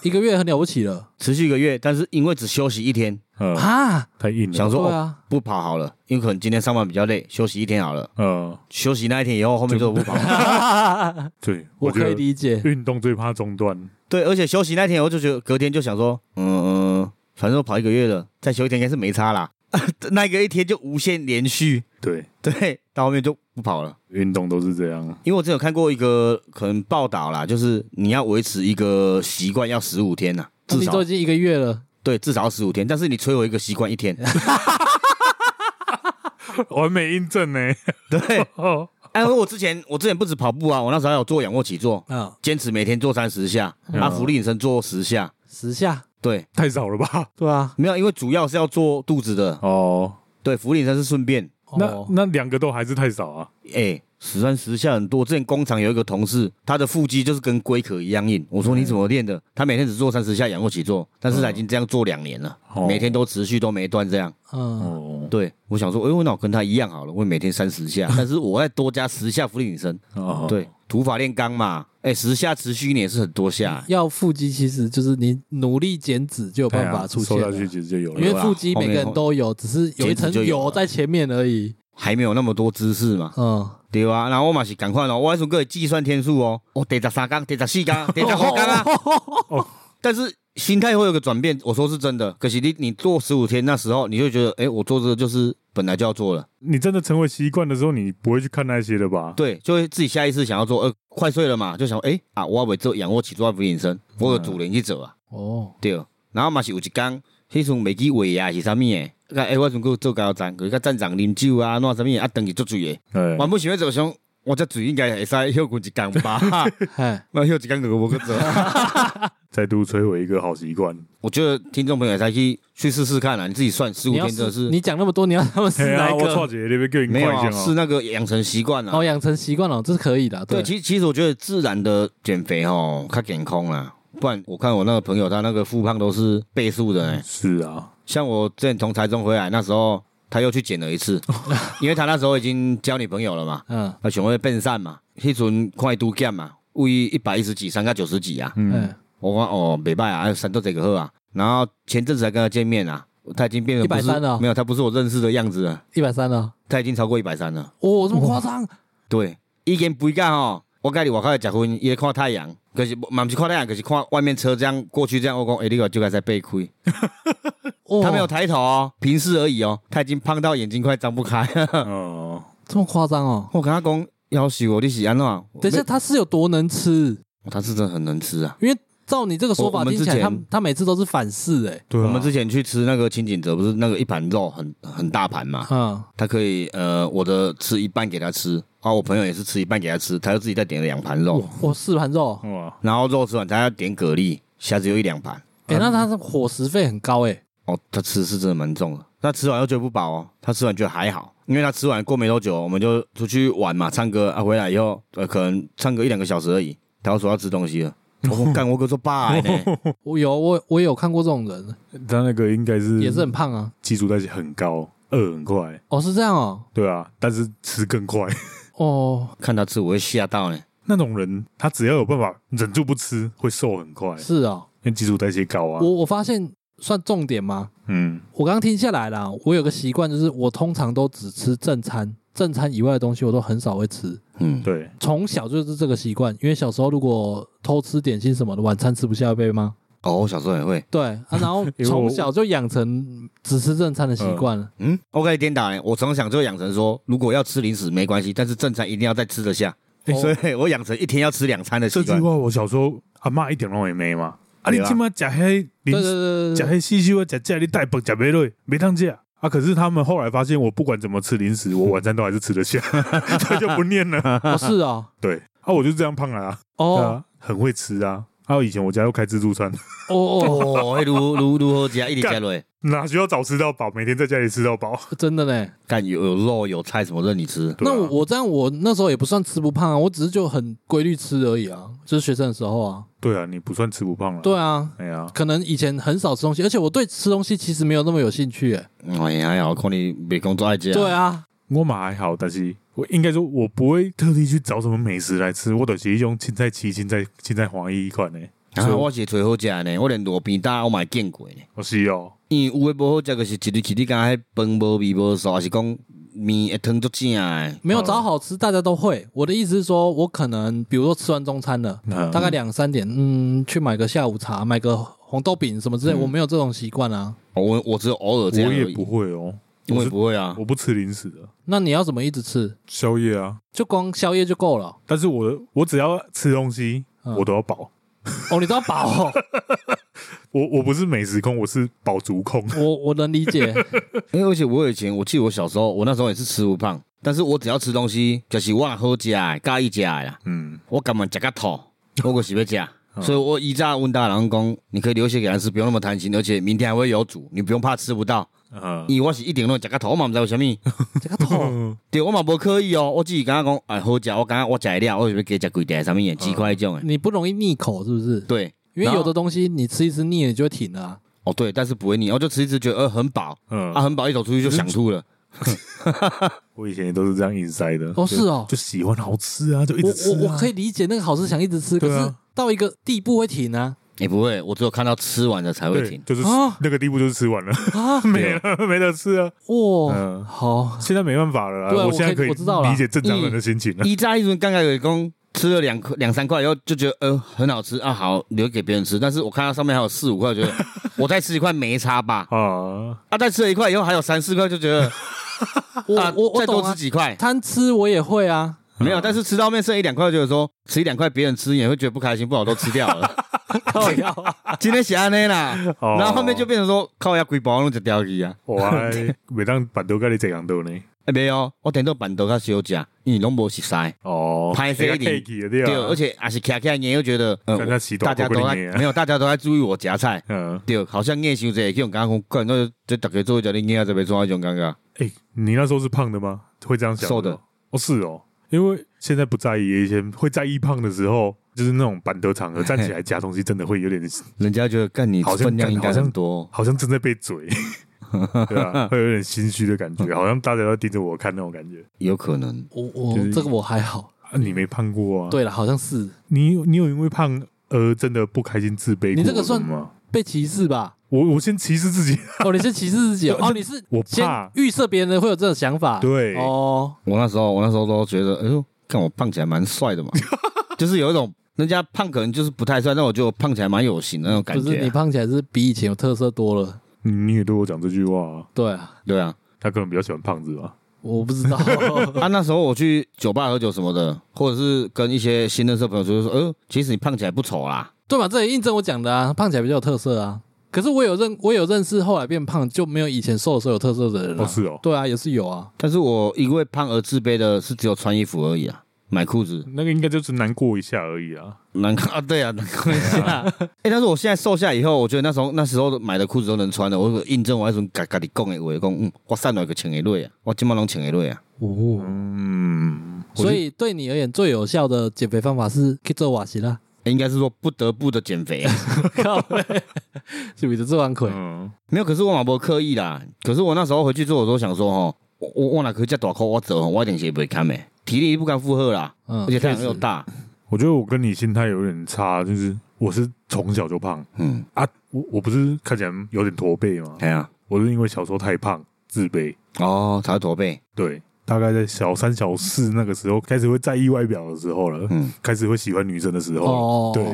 Speaker 1: 一个月很了不起了
Speaker 3: 持续一个月，但是因为只休息一天，
Speaker 2: 嗯，
Speaker 1: 啊！
Speaker 2: 太硬了，
Speaker 3: 想说、
Speaker 1: 对
Speaker 3: 哦
Speaker 1: 啊，
Speaker 3: 不跑好了，因为可能今天上班比较累，休息一天好了。
Speaker 2: 嗯，
Speaker 3: 休息那一天以后，后面就不跑了。
Speaker 2: 对，
Speaker 1: 我
Speaker 2: 觉
Speaker 1: 可以
Speaker 2: 得
Speaker 1: 理解，
Speaker 2: 运动最怕中断，
Speaker 3: 对，而且休息那天以后就觉得隔天就想说，嗯嗯，反正我跑一个月了，再休一天应该是没差啦。 那个一天就无限连续，
Speaker 2: 对，
Speaker 3: 对，到后面就不跑了。
Speaker 2: 运动都是这样，
Speaker 3: 因为我之前有看过一个可能报道啦，就是你要维持一个习惯要十五天呐、啊至
Speaker 1: 啊你
Speaker 3: 少
Speaker 1: 都已经一个月了，
Speaker 3: 对，至少十五天。但是你摧毁一个习惯一 天，
Speaker 2: 完美印证呢。
Speaker 3: 对。
Speaker 2: 哦，
Speaker 3: 哎，我之前我之前不止跑步啊，我那时候还有做仰卧起坐，
Speaker 1: 啊，
Speaker 3: 坚持每天做三十下，啊，
Speaker 2: 嗯
Speaker 3: 浮力引伸做十下。
Speaker 1: 十下，
Speaker 3: 对，
Speaker 2: 太少了吧？
Speaker 1: 对啊，
Speaker 3: 没有，因为主要是要做肚子的，
Speaker 2: 哦，
Speaker 3: 对，浮力引伸是顺便。
Speaker 2: 那
Speaker 1: 哦
Speaker 2: 那两个都还是太少啊。
Speaker 3: 哎、十三十下很多。之前工厂有一个同事，他的腹肌就是跟龟壳一样硬。
Speaker 2: 嗯
Speaker 3: 我说你怎么练的？他每天只做三十下仰卧起坐，但是他已经这样做两年了，
Speaker 2: 哦
Speaker 3: 每天都持续都没断这样。
Speaker 1: 嗯，
Speaker 2: 哦
Speaker 3: 对，我想说，哎、呦，那我跟他一样好了，我每天三 十下，但是我再多加十下浮力引伸。
Speaker 2: 哦，
Speaker 3: 对，土法炼钢嘛，哎、十下持续一年是很多下、
Speaker 2: 嗯
Speaker 1: 要腹肌其实就是你努力减脂就有
Speaker 2: 对啊，
Speaker 1: 办法出现
Speaker 2: 瘦下去
Speaker 1: 了，
Speaker 2: 其实就有
Speaker 1: 因为
Speaker 2: 了啦。
Speaker 1: 腹肌每个人都有，只是有一层
Speaker 3: 减脂就有了
Speaker 1: 油在前面而已。
Speaker 3: 还没有那么多姿势嘛，
Speaker 1: 嗯，
Speaker 3: 对吧、然后我嘛是赶快哦，我还是个计算天数哦，我得十三缸，得十四缸，得十五缸啊。但是心态会有个转变，我说是真的。可惜你你做十五天那时候，你就觉得，哎、我做这个就是本来就要做了，
Speaker 2: 你真的成为习惯的时候，你不会去看那些的吧？
Speaker 3: 对，就会自己下意识想要做，呃，快睡了嘛，就想，哎、啊，我要不做仰卧起坐，不隐身，我有主人去做啊，
Speaker 1: 哦，
Speaker 3: 对。然后嘛是有一天，迄阵袂记胃啊是啥物诶，哎、诶我阵个做加油站，佮站长啉酒啊，弄啥物的啊，等去足醉诶。
Speaker 2: 对
Speaker 3: 原本想要做想，我这醉应该会使休困一工吧，
Speaker 1: 嗨，
Speaker 3: 那休一工就无去做。
Speaker 2: 再度摧毁一个好习惯。
Speaker 3: 我觉得听众朋友才去去试试看啊，你自己算十五
Speaker 1: 你要
Speaker 3: 天真的是
Speaker 1: 你讲那么多，你要他们是
Speaker 2: 哎
Speaker 1: 哪
Speaker 2: 呀，
Speaker 1: 一
Speaker 2: 我
Speaker 1: 个
Speaker 2: 错？姐那边给你
Speaker 3: 没
Speaker 2: 快
Speaker 3: 有、
Speaker 2: 一下
Speaker 3: 啊、是
Speaker 2: 哦。
Speaker 3: 那个养成习惯了。
Speaker 1: 哦，养成习惯了，这是可以的，
Speaker 3: 对，其其实我觉得自然的减肥哦，较健康啦。不然我看我那个朋友，他那个复胖都是倍数的、
Speaker 1: 嗯
Speaker 3: 欸。
Speaker 2: 是啊，
Speaker 3: 像我之前从台中回来那时候，他又去减了一 次，因为他那时候已经交女朋友了嘛，
Speaker 1: 嗯，
Speaker 3: 他想要变瘦嘛，迄阵快度减嘛，位一百一十几，三到九十几啊。
Speaker 1: 嗯，
Speaker 3: 我讲哦，没办啊，三到这个喝啊。然后前阵子还跟他见面啊，他已经变成不是
Speaker 1: 130了
Speaker 3: 没有，他不是我认识的样子了，
Speaker 1: 一百三哦了，
Speaker 3: 他已经超过一百三了。
Speaker 1: 哦，这么夸张？
Speaker 3: 对，伊经肥到吼，哦我家己外口食薰，伊咧看太阳，可、是嘛毋是看太阳，可、是看外面车这样过去这样，我讲诶、欸，你个就该在背亏，
Speaker 1: 哦，
Speaker 3: 他没有抬头哦，平视而已哦，他已经胖到眼睛快张不开。
Speaker 2: 哦，
Speaker 1: 这么夸张哦。
Speaker 3: 我跟他讲，要死我，你是安怎样？
Speaker 1: 等一下，他是有多能吃？
Speaker 3: 我，他是真的很能吃啊。
Speaker 1: 因为照你这个说
Speaker 3: 我
Speaker 1: 法
Speaker 3: 我们
Speaker 1: 听起来，
Speaker 3: 之前
Speaker 1: 他他每次都是反噬哎、
Speaker 2: 对啊，
Speaker 3: 我们之前去吃那个清景泽，不是那个一盘肉很很大盘嘛，
Speaker 1: 嗯，
Speaker 3: 他可以呃我的吃一半给他吃，啊我朋友也是吃一半给他吃，他就自己再点了两盘肉，
Speaker 1: 我四盘肉，
Speaker 2: 哇，
Speaker 3: 然后肉吃完他要点蛤蜊，虾子有一两盘，
Speaker 1: 哎、那他的伙食费很高哎、
Speaker 3: 哦，他吃是真的蛮重的。他吃完又觉得不饱哦，他吃完觉得还好，因为他吃完过没多久，我们就出去玩嘛，唱歌啊，回来以后，呃，可能唱歌一两个小时而已，他又说要吃东西了。我说干，我哥说爸欸呢，
Speaker 1: 我有我我有看过这种人，
Speaker 2: 他那个应该是
Speaker 1: 也是很胖啊。
Speaker 2: 基础代谢很高，饿很快，
Speaker 1: 哦，是这样哦。
Speaker 2: 对啊，但是吃更快。
Speaker 1: 哦，
Speaker 3: 看他吃我会吓到呢。
Speaker 2: 那种人，他只要有办法忍住不吃，会瘦很快，因
Speaker 1: 是哦。
Speaker 2: 为基础代谢高啊
Speaker 1: 我。我发现算重点吗？
Speaker 2: 嗯，
Speaker 1: 我刚刚听下来啦，我有个习惯就是，我通常都只吃正餐，正餐以外的东西我都很少会吃。
Speaker 3: 嗯，
Speaker 2: 对，
Speaker 1: 从小就是这个习惯，因为小时候如果偷吃点心什么的，晚餐吃不下被吗？
Speaker 3: 哦，我小时候也会，
Speaker 1: 对啊，然后
Speaker 2: 因为我
Speaker 1: 从小就养成只吃正餐的习惯了。
Speaker 3: 嗯，我跟你颠倒呢，我从小就养成说，如果要吃零食没关系，但是正餐一定要再吃得下，
Speaker 1: 哦
Speaker 3: 所以我养成一天要吃两餐的习
Speaker 2: 这句
Speaker 3: 惯。
Speaker 2: 话我小时候阿妈一点拢也没嘛。啊，你
Speaker 3: 对啊
Speaker 2: 今麦食迄
Speaker 1: 对
Speaker 2: 零
Speaker 1: 对
Speaker 2: 食
Speaker 1: 对对对，
Speaker 2: 迄四修啊，食这你带本食袂落，没当食啊。可是他们后来发现，我不管怎么吃零食，我晚餐都还是吃得下， 所以就不念了。啊
Speaker 1: 哦是哦，
Speaker 2: 对，啊，我就这样胖了啊，对
Speaker 1: 哦
Speaker 2: 啊，很会吃啊。还有以前我家又开自助餐，
Speaker 1: 哦哦，
Speaker 3: 哦，嘿如如如何加一直加落，
Speaker 2: 哪需要早吃到饱？每天在家里吃到饱。
Speaker 1: 真的呢。
Speaker 3: 干有有肉有菜什么任你吃。
Speaker 2: 对啊
Speaker 1: 那我我这样，我那时候也不算吃不胖啊，我只是就很规律吃而已啊，就是学生的时候啊。
Speaker 2: 对啊，你不算吃不胖了。，
Speaker 1: 对啊，
Speaker 2: 哎呀，
Speaker 1: 可能以前很少吃东
Speaker 3: 嗯
Speaker 1: 西，而且我对吃东西其实没有那么有兴趣、欸。
Speaker 3: 哎哎呀，还好看你没工作爱家。
Speaker 1: 对啊，
Speaker 2: 我嘛还好，但是我应该说，我不会特地去找什么美食来吃，我都是用青菜七、青菜青菜黄衣款呢。
Speaker 3: 啊，我是找好食的呢，我连路边摊我嘛见过呢。
Speaker 2: 我是哦，
Speaker 3: 因为有诶无好食，就是一日一日敢迄饭无味无素，还是讲面会汤足正诶。
Speaker 1: 没有找好吃，大家都会。我的意思是说，我可能比如说吃完中餐了，
Speaker 2: 嗯
Speaker 1: 大概两三点，嗯，去买个下午茶，买个红豆饼什么
Speaker 2: 嗯
Speaker 1: 之类，我没有这种习惯啊。
Speaker 3: 哦我我只有偶尔
Speaker 2: 我
Speaker 3: 这样而
Speaker 2: 也
Speaker 3: 已，
Speaker 2: 不会哦，我
Speaker 3: 我也
Speaker 2: 是
Speaker 3: 不会啊。
Speaker 2: 我不吃零食的，
Speaker 1: 那你要怎么一直吃？
Speaker 2: 宵夜啊。
Speaker 1: 就光宵夜就够了
Speaker 2: 但是我的我只要吃东西，
Speaker 1: 嗯
Speaker 2: 我都要饱。
Speaker 1: 哦，你都要饱 哦、
Speaker 2: 我我不是美食控，我是饱足控。
Speaker 1: 我我能理解，
Speaker 3: 因为而且我以前，我记得我小时候，我那时候也是吃不胖，但是我只要吃东西，就是我若好食诶，介意食诶啦，
Speaker 2: 嗯，
Speaker 3: 我根本食个吐，我就是要食。 所以我一早问大人讲，你可以留些给他吃，不用那么贪心，而且明天还会有煮，你不用怕吃不到。
Speaker 2: 啊，
Speaker 3: 因为我是一定拢食个头，我嘛毋知为虾米。
Speaker 1: 这个
Speaker 2: 嗯
Speaker 1: 痛。
Speaker 3: 对，我嘛无刻意哦，我只是感觉讲，哎，好食，我感觉我食会了，我就要加食几块，啥物嘢，几块种诶。
Speaker 1: 你不容易腻口，是不是？
Speaker 3: 对，
Speaker 1: 因为
Speaker 3: 然后
Speaker 1: 有的东西你吃一次腻了，你就会停了、啊。
Speaker 3: 哦对，但是不会腻，我就吃一吃觉得呃很饱，
Speaker 2: 嗯
Speaker 3: 啊很饱，一走出去就想吐了。
Speaker 2: 我以前也都是这样硬塞的。
Speaker 1: 哦
Speaker 2: 就是
Speaker 1: 哦
Speaker 2: 就喜欢好吃啊，就一
Speaker 1: 我
Speaker 2: 直吃、啊。
Speaker 1: 我我可
Speaker 2: 以，
Speaker 1: 以理解那个好吃想一直吃，可
Speaker 2: 对啊
Speaker 1: 是到一个地步会停 啊
Speaker 3: 也不会，我只有看到吃完了才会
Speaker 2: 对，
Speaker 3: 停。
Speaker 2: 就是
Speaker 1: 啊
Speaker 2: 那个地步就是 吃完了，
Speaker 1: 啊！
Speaker 2: 没 了，没得吃啊。
Speaker 1: 哇，
Speaker 2: 嗯
Speaker 1: 好，
Speaker 2: 现在没办法了
Speaker 1: 啊对啊
Speaker 2: 啦，
Speaker 1: 我
Speaker 2: 现在
Speaker 1: 可
Speaker 2: 可
Speaker 1: 以
Speaker 2: 以
Speaker 1: 我知道啦
Speaker 2: 理解正常人的心情 了。
Speaker 3: 一扎一阵刚开始讲吃了两块两三块以后就觉得呃很好吃啊，好留给别人吃。但是我看到上面还有四五块， 我觉得我再吃一块没差吧。
Speaker 1: 嗯
Speaker 2: 啊，
Speaker 3: 啊，再吃了一块以后还有三四块，就觉得
Speaker 1: 我
Speaker 3: 啊
Speaker 1: 我我
Speaker 3: 再多
Speaker 1: 懂
Speaker 3: 吃
Speaker 1: 啊，
Speaker 3: 几块。
Speaker 1: 贪吃我也会啊。
Speaker 3: 没有，但是吃到面剩一两块，就是说吃一两块，别人吃也会觉得不开心，不好都吃掉了。
Speaker 1: 靠腰啊
Speaker 3: 今天是安内啦，
Speaker 2: 哦
Speaker 3: 然后后面就变成说靠呀，规包拢一条鱼啊！
Speaker 2: 我还哎每当板豆盖里这样豆呢。
Speaker 3: 哎，没有，我顶到板豆较少食，啊因为拢无熟悉，
Speaker 2: 哦，
Speaker 3: 拍摄一点
Speaker 2: 点对
Speaker 3: 对，
Speaker 2: 啊，
Speaker 3: 而且也是徛起来，又觉得，呃
Speaker 2: 看他洗头
Speaker 3: 大家
Speaker 2: 不
Speaker 3: 都
Speaker 2: 过
Speaker 3: 在
Speaker 2: 你 啊
Speaker 3: 没有，大家都在注意我夹菜，
Speaker 2: 嗯，
Speaker 3: 对，好像硬伤者，去用刚刚讲，那这大家做一条你硬啊，这边做一种感觉，
Speaker 2: 哎、你那时候是胖的吗？会这样想？
Speaker 3: 瘦的
Speaker 2: 哦，是哦，因为现在不在意，以前会在意胖的时候，就是那种板德场 合站起来夹东西，真的会有点
Speaker 3: 人家觉得干你
Speaker 2: 好像
Speaker 3: 分量应该
Speaker 2: 好像
Speaker 3: 很多，
Speaker 2: 好像正在被 嘴，对啊，会有点心虚的感觉，好像大家都盯着我看那种感觉。
Speaker 3: 有可能
Speaker 1: 我我
Speaker 2: 就是
Speaker 1: 这个我还好。
Speaker 2: 啊、你没胖过啊？，
Speaker 1: 嗯对了，好像是
Speaker 2: 你你有因为胖而真的不开心、自卑
Speaker 1: 你
Speaker 2: 过
Speaker 1: 这个
Speaker 2: 什
Speaker 1: 算
Speaker 2: 么吗？
Speaker 1: 被歧视吧？
Speaker 2: 我我先歧视自己，
Speaker 1: 哦，你是歧视自己哦？哦你是
Speaker 2: 我
Speaker 1: 先
Speaker 2: 怕
Speaker 1: 预设别人会有这种想法？
Speaker 2: 对
Speaker 1: 哦，
Speaker 3: 我那时候，我那时候都觉得，哎呦，看我胖起来蛮 帅的嘛，就是有一种人家胖可能就是不太帅，但我觉得我胖起来蛮有型的那种
Speaker 1: 不
Speaker 3: 感
Speaker 1: 是你
Speaker 3: 觉，啊
Speaker 1: 胖起来是比以前有特色多了。
Speaker 2: 你你也对我讲这句话、啊，
Speaker 1: 对啊，
Speaker 3: 对啊。
Speaker 2: 他可能比较喜欢胖子吧？
Speaker 1: 我不知道。
Speaker 3: 啊，那时候我去酒吧喝酒什么的，或者是跟一些新认识的朋友说，就说，呃，其实你胖起来不丑啦。
Speaker 1: 对嘛？这也印证我讲的啊，胖起来比较有特色啊。可是我有认，我有认识后来变胖就没有以前瘦的时候有特色的人了、
Speaker 2: 哦，是哦，
Speaker 1: 对啊，也是有啊。
Speaker 3: 但是我因为胖而自卑的是只有穿衣服而已啊，买裤子
Speaker 2: 那个应该就是难过一下而已啊。
Speaker 3: 难看啊，对啊，难看一下。
Speaker 1: 啊
Speaker 3: 哎、但是我现在瘦下以后，我觉得那时候那时候买的裤子都能穿的，我有印证我那时候嘎嘎你讲的话，讲嗯，我瘦了个穿会落啊，我今麦拢穿会落啊。
Speaker 1: 哦，
Speaker 2: 嗯，我
Speaker 1: 所以对你而言最有效的减肥方法是去做瓦西啦，
Speaker 3: 应该是说不得不的减肥、啊，
Speaker 1: 靠背， 是不是这碗亏？
Speaker 2: 嗯，
Speaker 3: 没有，可是我嘛无刻意啦。可是我那时候回去之后，我都想说吼，我我我哪可以这大口我走，我一定是不会看的，体力不敢负荷啦。
Speaker 1: 嗯
Speaker 3: 而且太阳
Speaker 1: 确实
Speaker 3: 又大，
Speaker 2: 我觉得我跟你心态有点差，就是我是从小就胖
Speaker 3: 嗯，
Speaker 2: 啊，我我不是看起来有点驼背吗？
Speaker 3: 对啊，
Speaker 2: 我是因为小时候太胖自卑，
Speaker 3: 哦，才会驼背，
Speaker 2: 对，大概在小三小四那个时候开始会在意外表的时 候了，
Speaker 3: 嗯，
Speaker 2: 开始会喜欢女生的时候了，
Speaker 1: 哦，
Speaker 2: 对，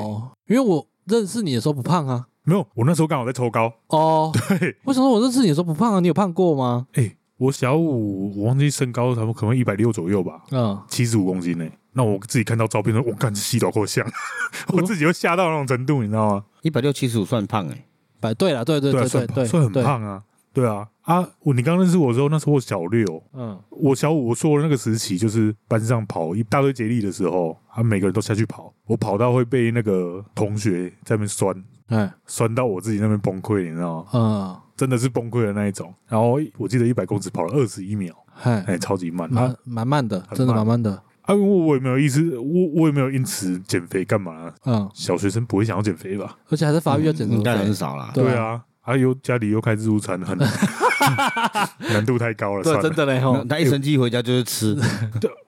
Speaker 1: 因为我认识你的时候不胖啊。
Speaker 2: 没有，我那时候刚好在抽高，
Speaker 1: 哦，
Speaker 2: 对，
Speaker 1: 为什么我认识你的时候不胖啊？你有胖过吗？
Speaker 2: 哎、我小五，我忘记身高，他们可能一百六左右吧，
Speaker 1: 嗯，
Speaker 2: 七十五公斤呢、那我自己看到照片说，我干，这西岛够像， 我自己会吓到那种程度，你知道吗？
Speaker 3: 一百六七十五算胖哎、
Speaker 1: 百对了，对对
Speaker 2: 对啊，
Speaker 1: 对对
Speaker 2: 算胖
Speaker 1: 对，
Speaker 2: 算很
Speaker 1: 对。
Speaker 2: 胖啊，对啊啊！我你刚认识我的时候，那时候我小六，
Speaker 1: 嗯，
Speaker 2: 我小五，我说的那个时期就是班上跑一大堆接力的时候，啊，每个人都下去跑，我跑到会被那个同学在那边酸。
Speaker 1: 哎，
Speaker 2: 酸到我自己那边崩溃，你知道吗？
Speaker 1: 嗯，
Speaker 2: 真的是崩溃的那一种。然后我记得一百公尺跑了二十一秒，
Speaker 1: 嗨，
Speaker 2: 哎、超级慢啊
Speaker 1: 蛮蛮慢的，
Speaker 2: 很
Speaker 1: 真的
Speaker 2: 慢
Speaker 1: 蛮慢的。
Speaker 2: 啊！因为我也没有意思，我我也没有因此减肥干嘛、
Speaker 1: 嗯，
Speaker 2: 小学生不会想要减肥吧？
Speaker 1: 而且还是发育要减
Speaker 3: 嗯应该
Speaker 1: 肥
Speaker 3: 很。少啦。
Speaker 1: 对啊
Speaker 2: 啊，啊，啊，又家里又开自助餐，很 难度太高了，
Speaker 1: 对，
Speaker 2: 算
Speaker 1: 真的
Speaker 2: 了，
Speaker 1: 嘞吼，
Speaker 3: 他一生气回家就 是吃，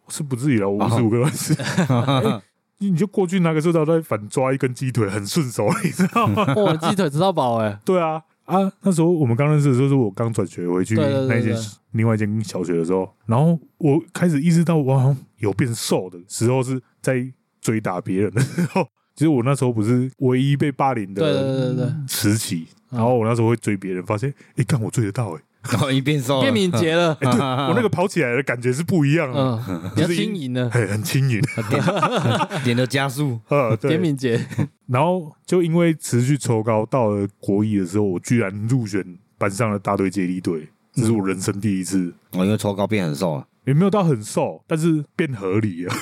Speaker 2: 是不至于了，我五十五个乱吃，
Speaker 1: 哦
Speaker 2: 你就过去拿个塑料袋反抓一根鸡腿，很顺手，你知 道吗？
Speaker 1: 哦，鸡腿吃到饱哎，
Speaker 2: 对啊，啊，那时候我们刚认识的时候，是我刚转学回去
Speaker 1: 对对对
Speaker 2: 那一间
Speaker 1: 对
Speaker 2: 另外一间小学的时候，然后我开始意识到我好像有变瘦的时候是在追打别人的时候。 其实我那时候不是唯一被霸 凌
Speaker 1: 对嗯对
Speaker 2: 的
Speaker 1: 对对对，
Speaker 2: 时期，然后我那时候会追别人，发现哎，干、我追得到哎、
Speaker 3: 然后一变瘦了，嗯
Speaker 1: 变敏捷了，
Speaker 2: 哎，对我那个跑起来的感觉是不一样的，
Speaker 1: 嗯，比较轻盈了，
Speaker 2: 很很轻盈，
Speaker 3: 点的加速，
Speaker 2: 呃，对
Speaker 1: 点。敏捷，
Speaker 2: 然后就因为持续抽高，到了国一的时候，我居然入选班上的大队接力队，这是我人生第一次，
Speaker 3: 我哦因为抽高变很瘦了，啊
Speaker 2: 也没有到很瘦，但是变合理啊了，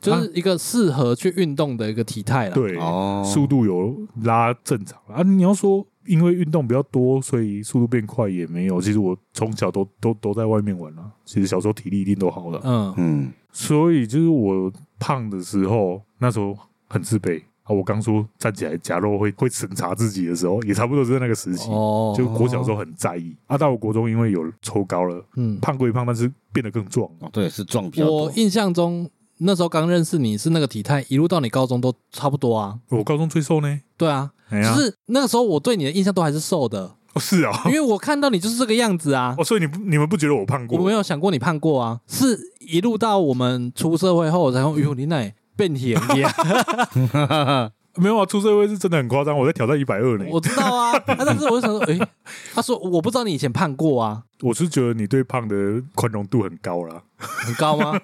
Speaker 1: 就是一个适合去运动的一个体态了。
Speaker 2: 对，
Speaker 3: 哦，
Speaker 2: 速度有拉正常啊。你要说因为运动比较多，所以速度变快也没有。其实我从小都都都在外面玩啊，其实小时候体力一定都好的，啊
Speaker 1: 嗯，
Speaker 3: 嗯，
Speaker 2: 所以就是我胖的时候，那时候很自卑啊。我刚说站起来夹肉会会审查自己的时候，也差不多是在那个时期。
Speaker 1: 哦，
Speaker 2: 就国小的时候很在意啊，到我国中因为有抽高了，
Speaker 1: 嗯，
Speaker 2: 胖归胖，但是变得更壮。
Speaker 3: 哦，对，是壮比较多
Speaker 1: 我，印象中那时候刚认识你是那个体态，一路到你高中都差不多啊。
Speaker 2: 我高中最瘦呢，
Speaker 1: 对啊，
Speaker 2: 哎
Speaker 1: 就
Speaker 2: 呀，
Speaker 1: 是那个时候我对你的印象都还是瘦的，
Speaker 2: 哦是啊，
Speaker 1: 因为我看到你就是这个样子啊。
Speaker 2: 哦，所以你不你们不觉得我胖
Speaker 1: 我
Speaker 2: 过？
Speaker 1: 没有想过你胖过啊，是一路到我们出社会后，然后哟，你那变甜 呀，
Speaker 2: 没有啊，出社会是真的很夸张，我在挑战一百二呢。
Speaker 1: 我知道啊。啊但是我就想说，诶，他说我不知道你以前胖过啊，
Speaker 2: 我是觉得你对胖的宽容度很高啦，
Speaker 1: 很高吗？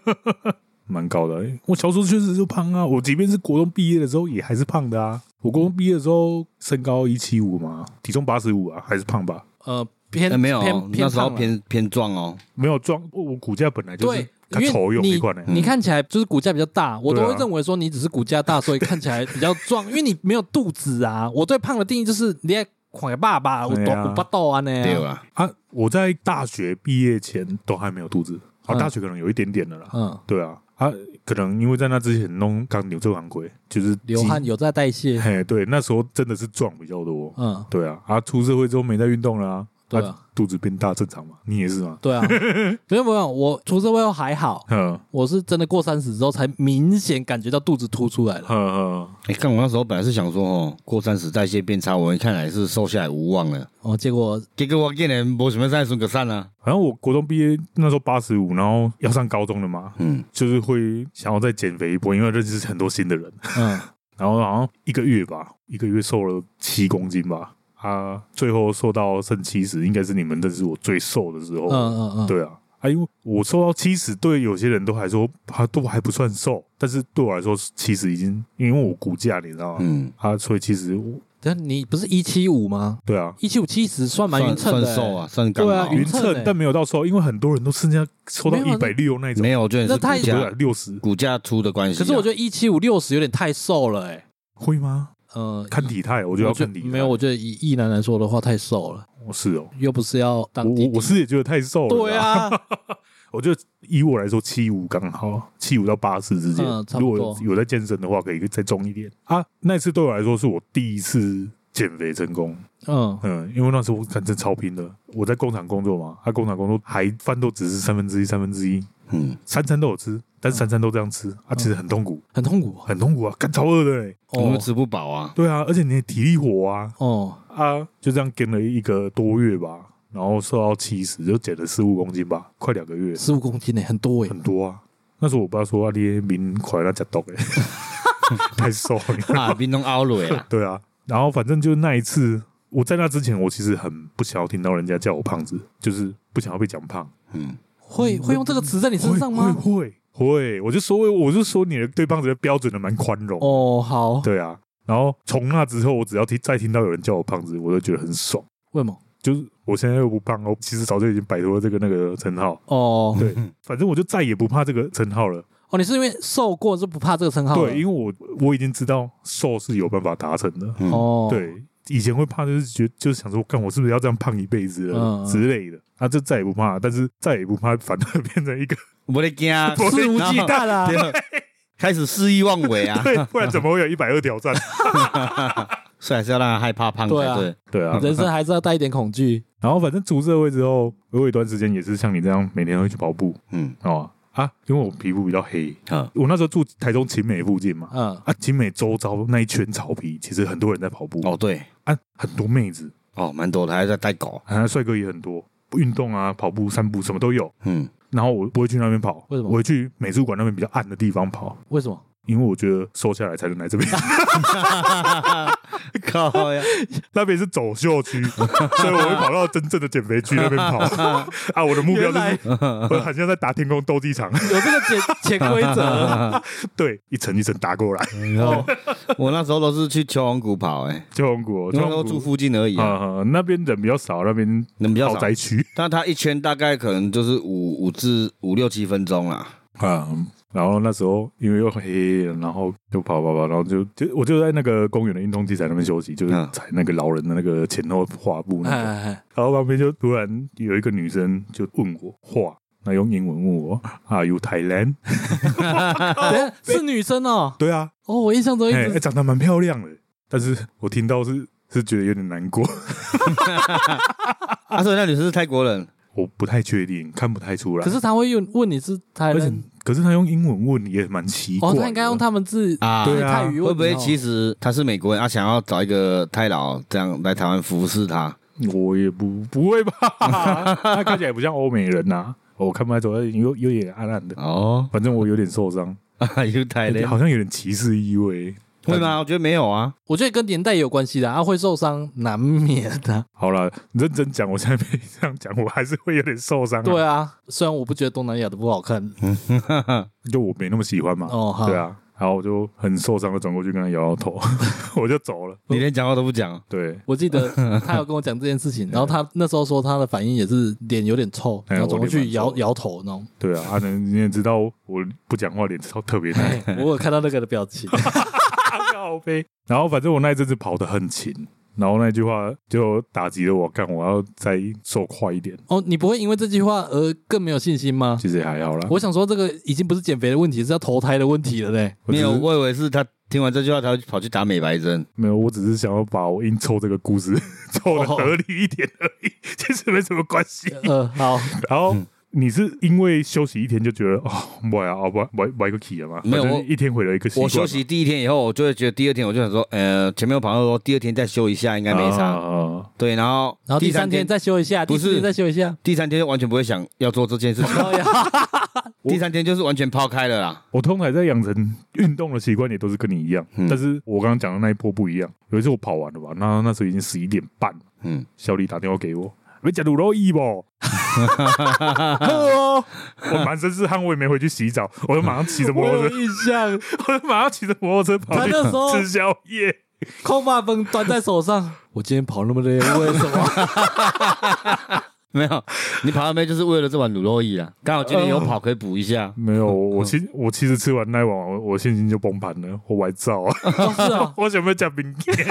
Speaker 2: 蛮高的、欸我小时候确实就胖啊，我即便是国中毕业的时候也还是胖的啊。我国中毕业的时候身高一七五嘛，体重八十五啊，还是胖吧？
Speaker 1: 呃，偏、
Speaker 3: 哎没有
Speaker 1: 偏，偏
Speaker 3: 那时候
Speaker 1: 胖了
Speaker 3: 偏偏壮哦，
Speaker 2: 没有壮，我我骨架本来就是
Speaker 1: 对，
Speaker 2: 它
Speaker 1: 因
Speaker 2: 丑
Speaker 1: 为
Speaker 2: 有
Speaker 1: 你
Speaker 2: 没关呢。
Speaker 1: 你看起来就是骨架比较大，我都
Speaker 2: 对啊
Speaker 1: 会认为说你只是骨架大，所以看起来比较 壮，因为你没有肚子啊。我对胖的定义就是你在垮爸爸，我
Speaker 2: 对
Speaker 1: 多
Speaker 2: 啊
Speaker 1: 我不豆啊呢。
Speaker 3: 对啦，
Speaker 2: 啊，我在大学毕业前都还没有肚子，啊，
Speaker 1: 嗯
Speaker 2: 大学可能有一点点的啦。
Speaker 1: 嗯，
Speaker 2: 对啊，啊，可能因为在那之前弄刚牛正行规，就是
Speaker 1: 流汗有在代
Speaker 2: 肌，
Speaker 1: 谢，
Speaker 2: 嘿，对，那时候真的是壮比较多。
Speaker 1: 嗯，
Speaker 2: 对啊，啊，出社会之后没在运动啦、啊，
Speaker 1: 对啊，
Speaker 2: 肚子变大正常嘛，你也是嘛？
Speaker 1: 对啊，没有没有，我出社会后还好，
Speaker 2: 嗯
Speaker 1: 我是真的过三十之后才明显感觉到肚子凸出 来了。
Speaker 2: 嗯嗯，
Speaker 3: 哎，看我那时候本来是想说哦，过三十代谢变差，我看来是瘦下来无望了，
Speaker 1: 哦，结果
Speaker 3: 结果我竟然没什么再顺个散啊，
Speaker 2: 反正我国中毕业那时候八十五，然后要上高中了嘛，
Speaker 3: 嗯，
Speaker 2: 就是会想要再减肥一波，因为认识很多新的人。
Speaker 1: 嗯，
Speaker 2: 然后好像一个月吧，一个月瘦了七公斤吧，啊，最后瘦到剩七十，应该是你们认识我最瘦的时候。
Speaker 1: 嗯嗯嗯，
Speaker 2: 对啊，啊，因为我瘦到七十，对有些人都还说还都还不算瘦，但是对我来说，其实已经因为我骨架，你知道吗？
Speaker 3: 嗯，
Speaker 2: 啊，所以其实我
Speaker 1: 但你不是一七五吗？
Speaker 2: 对啊，
Speaker 1: 一七五七十算蛮
Speaker 3: 算
Speaker 1: 匀称的、
Speaker 3: 算瘦
Speaker 1: 欸。
Speaker 3: 啊，算刚
Speaker 1: 对啊
Speaker 3: 好，
Speaker 2: 匀
Speaker 1: 匀称
Speaker 2: 称
Speaker 1: 欸，
Speaker 2: 但没有到瘦，因为很多人都剩下瘦
Speaker 1: 没
Speaker 2: 到
Speaker 1: 有啊
Speaker 2: 一
Speaker 1: 啊那
Speaker 2: 百六那种，
Speaker 3: 没有，我觉得你
Speaker 1: 那
Speaker 3: 是
Speaker 1: 太
Speaker 3: 骨
Speaker 2: 不
Speaker 3: 架
Speaker 2: 是六十
Speaker 3: 骨架粗的关系
Speaker 1: 欸
Speaker 3: 啊，
Speaker 1: 可是我觉得一七五六十有点太瘦了、欸，
Speaker 2: 会吗？
Speaker 1: 嗯、呃，
Speaker 2: 看体态，我觉得要看体态。
Speaker 1: 没有，我觉得以异男来说的话，太瘦了，
Speaker 2: 我是哦，
Speaker 1: 又不是要
Speaker 2: 我
Speaker 1: 当弟
Speaker 2: 我
Speaker 1: 弟
Speaker 2: 我是也觉得太瘦了。
Speaker 1: 对，啊，
Speaker 2: 我觉得以我来说，七五刚好，七五到八十之间
Speaker 1: 嗯。差不
Speaker 2: 如
Speaker 1: 多
Speaker 2: 果有在健身的话，可以再重一点啊。那一次对我来说是我第一次减肥成功，
Speaker 1: 嗯，
Speaker 2: 嗯，因为那时候我感觉超拼的，我在工厂工作嘛，啊他、工厂工作还饭都只是三分之一，三分之一，
Speaker 3: 嗯，
Speaker 2: 三餐都有吃，但是三餐都这样
Speaker 1: 嗯
Speaker 2: 吃，啊，其实很痛苦，
Speaker 1: 很痛 苦
Speaker 2: 很痛苦啊，干超饿的嘞。
Speaker 3: 我们
Speaker 1: 哦
Speaker 3: 吃不饱 啊，
Speaker 2: 对啊，而且你的体力活啊，
Speaker 1: 哦，
Speaker 2: 啊，就这样跟了一个多月吧，然后瘦到七十，就减了十五公斤吧，快两个月，
Speaker 1: 十五公斤呢、很多哎、
Speaker 2: 很多啊。那时候我爸说啊，你的面快那吃毒 哎，太瘦了。，
Speaker 3: 啊，冰冻凹蕊 啊
Speaker 2: 对啊，然后反正就那一次，我在那之前，我其实很不想要听到人家叫我胖子，就是不想要被讲胖。
Speaker 3: 嗯，
Speaker 1: 会会用这个词在你身上吗？
Speaker 2: 会会会，我就说我就说你的对胖子的标准的蛮宽容。
Speaker 1: 哦，好，
Speaker 2: 对啊，然后从那之后，我只要听再听到有人叫我胖子，我都觉得很爽。
Speaker 1: 为什么？
Speaker 2: 就是我现在又不胖，我其实早就已经摆脱了这个那个称号。
Speaker 1: 哦
Speaker 2: 对，反正我就再也不怕这个称号了。
Speaker 1: 哦，你是因为瘦过就不怕这个称号了？
Speaker 2: 对，因为我我已经知道瘦是有办法达成的。
Speaker 3: 嗯，
Speaker 1: 哦，，
Speaker 2: 对，以前会怕就是觉就是想说，干我是不是要这样胖一辈子了
Speaker 1: 嗯
Speaker 2: 之类的。啊，这再也不怕，但是再也不怕，反而变成 一个
Speaker 3: 我的惊，
Speaker 1: 肆无忌 惮啊，
Speaker 3: 对开始肆意妄为啊，
Speaker 2: 对，不然怎么会有一百二挑战？
Speaker 3: 所以还是要让他害怕胖才
Speaker 1: 对啊
Speaker 3: 对。
Speaker 2: 对啊，
Speaker 1: 人生还是要带一点恐惧。
Speaker 2: 然后反正出社会之后，我有一段时间也是像你这样每天会去跑步
Speaker 3: 嗯，
Speaker 2: 哦啊，因为我皮肤比较黑，
Speaker 3: 好，
Speaker 2: 我那时候住台中勤美附近嘛，
Speaker 1: 嗯，
Speaker 2: 啊，景美周遭那一圈草皮，其实很多人在跑步
Speaker 3: 哦对，
Speaker 2: 啊，很多妹子，
Speaker 3: 哦蛮多的，还在带狗。
Speaker 2: 啊，帅哥也很多，运动啊，跑步、散步什么都有。
Speaker 3: 嗯，
Speaker 2: 然后我不会去那边跑，
Speaker 1: 为什么
Speaker 2: 我会去美术馆那边比较暗的地方跑，
Speaker 1: 为什么？
Speaker 2: 因为我觉得瘦下来才能来这 边，
Speaker 3: 靠 呀，
Speaker 2: 那边是走秀 区，所以我会跑到真正的减肥区那边跑。啊，我的目标就是，我好像在打天宫斗技 场，
Speaker 1: 有这个潜潜规则
Speaker 2: 对，一层一层打过来，
Speaker 3: 哦我那时候都是去秋红谷跑，哎，
Speaker 2: 就红谷，就
Speaker 3: 那时候
Speaker 2: 红
Speaker 3: 住
Speaker 2: 谷。
Speaker 3: 附近而已啊，
Speaker 2: 啊、那边人比较少，那边
Speaker 3: 人比较
Speaker 2: 豪
Speaker 3: 少。
Speaker 2: 宅区
Speaker 3: 但他一圈大概可能就是五五至五六七分钟啦。
Speaker 2: 啊、然后那时候因为又黑黑的，然后就跑跑跑，然后就就我就在那个公园的运动器材那边休息，就是
Speaker 3: 嗯
Speaker 2: 踩那个老人的那个前后画布 那
Speaker 1: 哎
Speaker 2: 个。
Speaker 1: 哎哎
Speaker 2: 然后旁边就突然有一个女生就问我话，那用英文问我啊，You Thailand？
Speaker 1: 等一下是女生哦。
Speaker 2: 对啊，
Speaker 1: 哦，我印象中一
Speaker 2: 哎、哎
Speaker 1: 直
Speaker 2: 长得蛮漂亮的，但是我听到是是觉得有点难过，
Speaker 3: 啊，所以那女生是泰国人，
Speaker 2: 我不太确定，看不太出来。
Speaker 1: 可是他会问问你是台
Speaker 2: 而且
Speaker 1: 人，
Speaker 2: 可是他用英文问也蛮奇怪
Speaker 1: 哦，
Speaker 2: 的，
Speaker 1: 他应该用他们自
Speaker 3: 啊
Speaker 1: 自己
Speaker 2: 对啊
Speaker 1: 泰语
Speaker 3: 会
Speaker 1: 问
Speaker 3: 不
Speaker 1: 你
Speaker 3: 会
Speaker 1: 哦
Speaker 3: 其实他是美国人，他、啊想要找一个泰佬这样来台湾服侍他？
Speaker 2: 我也不 不会吧？他看起来不像欧美人呐、哦我看不太出来，有有点暗暗的。
Speaker 3: 哦，
Speaker 2: 反正我有点受伤，
Speaker 3: 有
Speaker 1: 哎
Speaker 3: 泰人
Speaker 2: 哎好像有点歧视意味。
Speaker 3: 会吗？我觉得没有啊。
Speaker 1: 我觉得跟年代也有关系的，啊，会受伤难免啊的。
Speaker 2: 好了，认真讲，我现在被这样讲，我还是会有点受伤、啊。
Speaker 1: 对啊，虽然我不觉得东南亚的不好看，
Speaker 2: 就我没那么喜欢嘛。
Speaker 1: 哦，好
Speaker 2: 对，啊，然后我就很受伤的转过去跟他摇摇头， 我就走了。
Speaker 3: 你连讲话都不讲，
Speaker 2: 对，
Speaker 1: 我记得他有跟我讲这件事情，然后他那时候说他的反应也是脸有点臭，
Speaker 2: 哎
Speaker 1: 然后
Speaker 2: 我
Speaker 1: 走过
Speaker 2: 脸
Speaker 1: 去
Speaker 2: 蛮
Speaker 1: 摇
Speaker 2: 臭的
Speaker 1: 摇头那种。
Speaker 2: 对啊，阿能你也知道，我不讲话脸超特别难
Speaker 1: 我有看到那个的表情，
Speaker 2: 靠背。然后反正我那一阵子跑得很勤，然后那句话就打击了我，干我要再瘦快一点。
Speaker 1: 哦，你不会因为这句话而更没有信心 吗？
Speaker 2: 其实也还好啦，
Speaker 1: 我想说，这个已经不是减肥的问题，是要投胎的问题了嘞。
Speaker 2: 我
Speaker 3: 没
Speaker 2: 只是
Speaker 3: 有，我以为是他听完这句话，他会跑去打美白针。
Speaker 2: 没有，我只是想要把我硬凑这个故事 凑的
Speaker 3: 哦
Speaker 2: 合理一点而已，其实没什么关系。
Speaker 3: 啊
Speaker 1: 呃，好，
Speaker 2: 然后。你是因为休息一天就觉得哦，我呀，哦，我我我一个 key 了嘛，
Speaker 3: 没有
Speaker 2: 反正
Speaker 3: 我
Speaker 2: 一天毁了一个习惯嘛。
Speaker 3: 我休息第一天以后，我就会觉得第二天我就想说，呃，前面有跑到说第二天再休一下应该没啥。
Speaker 2: 啊
Speaker 3: 对，然后
Speaker 1: 然后第
Speaker 3: 三
Speaker 1: 三天
Speaker 3: 再
Speaker 1: 再休一下，
Speaker 3: 不
Speaker 1: 第
Speaker 3: 是
Speaker 1: 四天再休一下。
Speaker 3: 第三天就完全不会想要做这件 事情，
Speaker 1: 哦呀，
Speaker 2: 我
Speaker 3: 第三天就是完全抛开了啦。
Speaker 2: 我通常在养成运动的习惯，也都是跟你一样，
Speaker 3: 嗯
Speaker 2: 但是我刚刚讲的那一波不一样。有一次我跑完了吧，那那时候已经十一点半了，
Speaker 3: 嗯，
Speaker 2: 小李打电话给我，没讲卤肉意不？哦我满身是汗，我也没回去洗澡，我就马上骑着摩
Speaker 1: 我有
Speaker 2: 托车，
Speaker 1: 印象，
Speaker 2: 我就马上骑着摩托车跑
Speaker 1: 他
Speaker 2: 去
Speaker 1: 那时候
Speaker 2: 吃宵夜。
Speaker 1: 空把风端在手上。我今天跑那么累，为什么？
Speaker 3: 没有，你跑到没就是为了这碗卤肉意啊？刚好今天有跑可以补一下。
Speaker 2: 没有，我其实我其实吃完那一碗，我我心情就崩盘了，我歪照啊，
Speaker 1: 哦 是啊，
Speaker 2: 我想不要讲冰淇 淋？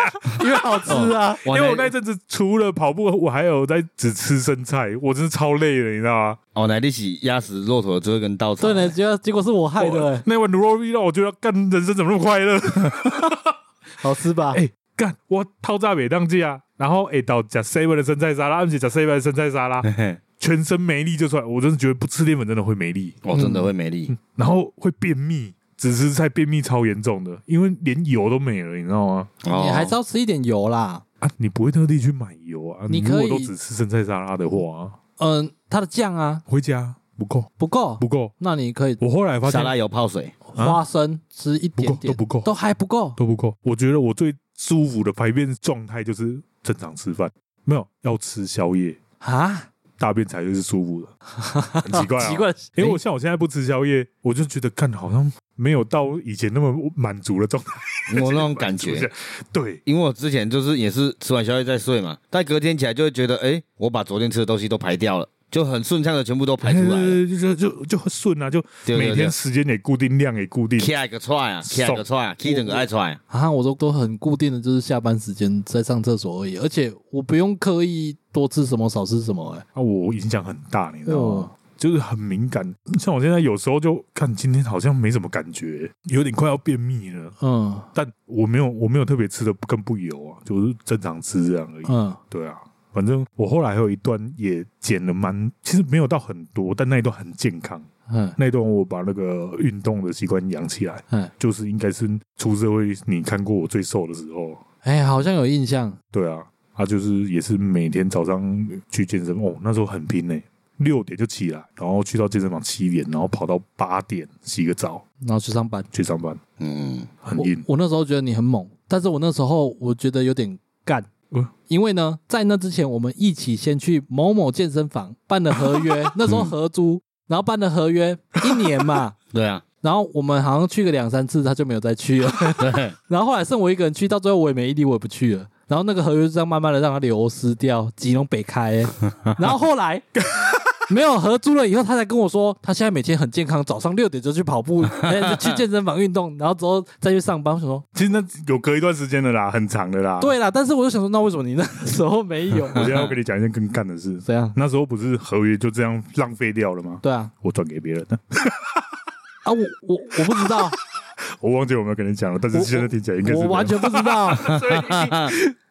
Speaker 1: 因为好吃啊。
Speaker 2: 因
Speaker 3: 我
Speaker 2: 为我
Speaker 3: 奶
Speaker 2: 那阵子除了跑步，我还有在只吃生菜，我真是超累了，你知道吗？
Speaker 3: 哦，奶力喜压死骆驼的最后一根稻草。
Speaker 1: 对呢，结果结果是我害的，哎
Speaker 2: 那碗卤肉意让我觉得干人生怎么那么快乐？
Speaker 1: 好吃吧？
Speaker 2: 哎干我套炸北当季啊，然后哎到加 seven 的生菜沙拉，而且加 seven 的生菜沙拉，
Speaker 3: 嘿嘿，
Speaker 2: 全身没力就出来。我真的觉得不吃淀粉真的会没力，嗯
Speaker 3: 我哦真的会没力。
Speaker 2: 然后会便秘，只吃菜便秘超严重的，因为连油都没了，你知道吗？
Speaker 3: 哦
Speaker 1: 你还是要吃一点油啦。
Speaker 2: 啊，你不会特地去买油啊？
Speaker 1: 你
Speaker 2: 如
Speaker 1: 可
Speaker 2: 果
Speaker 1: 以
Speaker 2: 都只吃生菜沙拉的话，啊
Speaker 1: 嗯，它的酱啊
Speaker 2: 回家不够，
Speaker 1: 不够，
Speaker 2: 不够。
Speaker 1: 那你可以
Speaker 2: 我后来发
Speaker 3: 沙
Speaker 2: 现
Speaker 3: 拉油泡水。
Speaker 1: 花生吃一点点，
Speaker 2: 不够都不够
Speaker 1: 都还不够。
Speaker 2: 都不够。我觉得我最舒服的排便状态就是正常吃饭，没有要吃宵夜。
Speaker 1: 啊，
Speaker 2: 大便才是舒服的，很奇怪、啊，
Speaker 1: 奇。怪，
Speaker 2: 因为我像我现在不吃宵夜，我就觉得看好像没有到以前那么满足的状态，
Speaker 3: 我那种感觉，。
Speaker 2: 对，
Speaker 3: 因为我之前就是也是吃完宵夜再睡嘛，但隔天起来就会觉得，哎、我把昨天吃的东西都排掉了，就很顺畅的全部都排出 来了，
Speaker 2: 就就就就很顺啊，就
Speaker 3: 对
Speaker 2: 每
Speaker 3: 对对
Speaker 2: 天，时间也固定，量也固定。
Speaker 3: 卡一个踹啊，卡一个踹啊，踢整个爱踹，
Speaker 1: 啊，我都都很固定的，就是下班时间在上厕所而已，而且我不用刻意多吃什么少吃什么、欸，哎，
Speaker 2: 啊，我影响很大，你知道吗？就是很敏感。像我现在有时候就看今天好像没什么感觉，有点快要便秘了，
Speaker 1: 嗯
Speaker 2: 但我没有我没有特别吃的更不油啊，就是正常吃这样而已。
Speaker 1: 嗯
Speaker 2: 对啊，反正我后来还有一段也减了蛮，其实没有到很多，但那一段很健康。
Speaker 1: 嗯
Speaker 2: 那一段我把那个运动的习惯养起来，
Speaker 1: 嗯，
Speaker 2: 就是应该是出社会你看过我最瘦的时候。
Speaker 1: 哎，好像有印象，
Speaker 2: 对啊，他就是也是每天早上去健身哦，那时候很拼呢、六点就起来，然后去到健身房七点，然后跑到八点洗个澡
Speaker 1: 然后去上班。
Speaker 2: 去上班，
Speaker 3: 嗯，
Speaker 2: 很
Speaker 1: 我
Speaker 2: 硬。
Speaker 1: 我那时候觉得你很猛，但是我那时候我觉得有点干
Speaker 2: 嗯。
Speaker 1: 因为呢，在那之前，我们一起先去某某健身房办了合约，那时候合租，然后办了合约一年嘛，
Speaker 3: 对啊，
Speaker 1: 然后我们好像去个两三次，他就没有再去了。
Speaker 3: 对，
Speaker 1: 然后后来剩我一个人去，到最后我也没毅力，我也不去了。然后那个合约就这样慢慢的让它流失掉，吉隆北开欸、然后后来没有合租了以后，他才跟我说，他现在每天很健康，早上六点就去跑步，哎就去健身房运动，然后之后再去上班。我想说，
Speaker 2: 其实那有隔一段时间的啦，很长的啦。，
Speaker 1: 对啦，但是我就想说，那为什么你那时候没有？
Speaker 2: 我现在要跟你讲一件更干的事。
Speaker 1: 怎样？
Speaker 2: 那时候不是合约就这样浪费掉了吗？
Speaker 1: 对啊，
Speaker 2: 我转给别人了，
Speaker 1: 啊，我我我不知道，
Speaker 2: 我忘记有没有跟你讲了，但是
Speaker 1: 我
Speaker 2: 现在听起 来应该是
Speaker 1: 我完全不知道。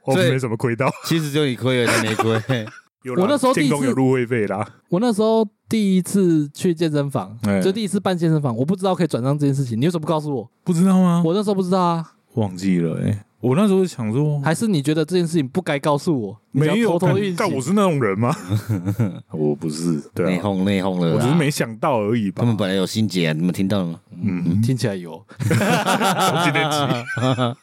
Speaker 2: 我
Speaker 3: 所以
Speaker 2: 没什么亏到。
Speaker 3: 其实就你亏了，他没亏。
Speaker 2: 有啦
Speaker 1: 我那时候第一
Speaker 2: 建
Speaker 1: 次
Speaker 2: 工有入会费啦，
Speaker 1: 我那时候第一次去健身房
Speaker 2: 哎，
Speaker 1: 就第一次办健身房，我不知道可以转账这件事情，你为什么不告诉我？
Speaker 2: 不知道吗？
Speaker 1: 我那时候不知道啊。
Speaker 2: 忘记了哎、我那时候想说，
Speaker 1: 还是你觉得这件事情不该告诉我？你只要
Speaker 2: 没有
Speaker 1: 偷偷运
Speaker 2: 但我
Speaker 1: 行。
Speaker 2: 是那种人吗？我不是，对
Speaker 3: 内
Speaker 2: 啊，
Speaker 3: 讧内讧了啦，
Speaker 2: 我只是没想到而已吧
Speaker 3: 他。们本来有心结，你们听到了吗？
Speaker 2: 嗯，
Speaker 1: 听起来有，
Speaker 2: 从今天起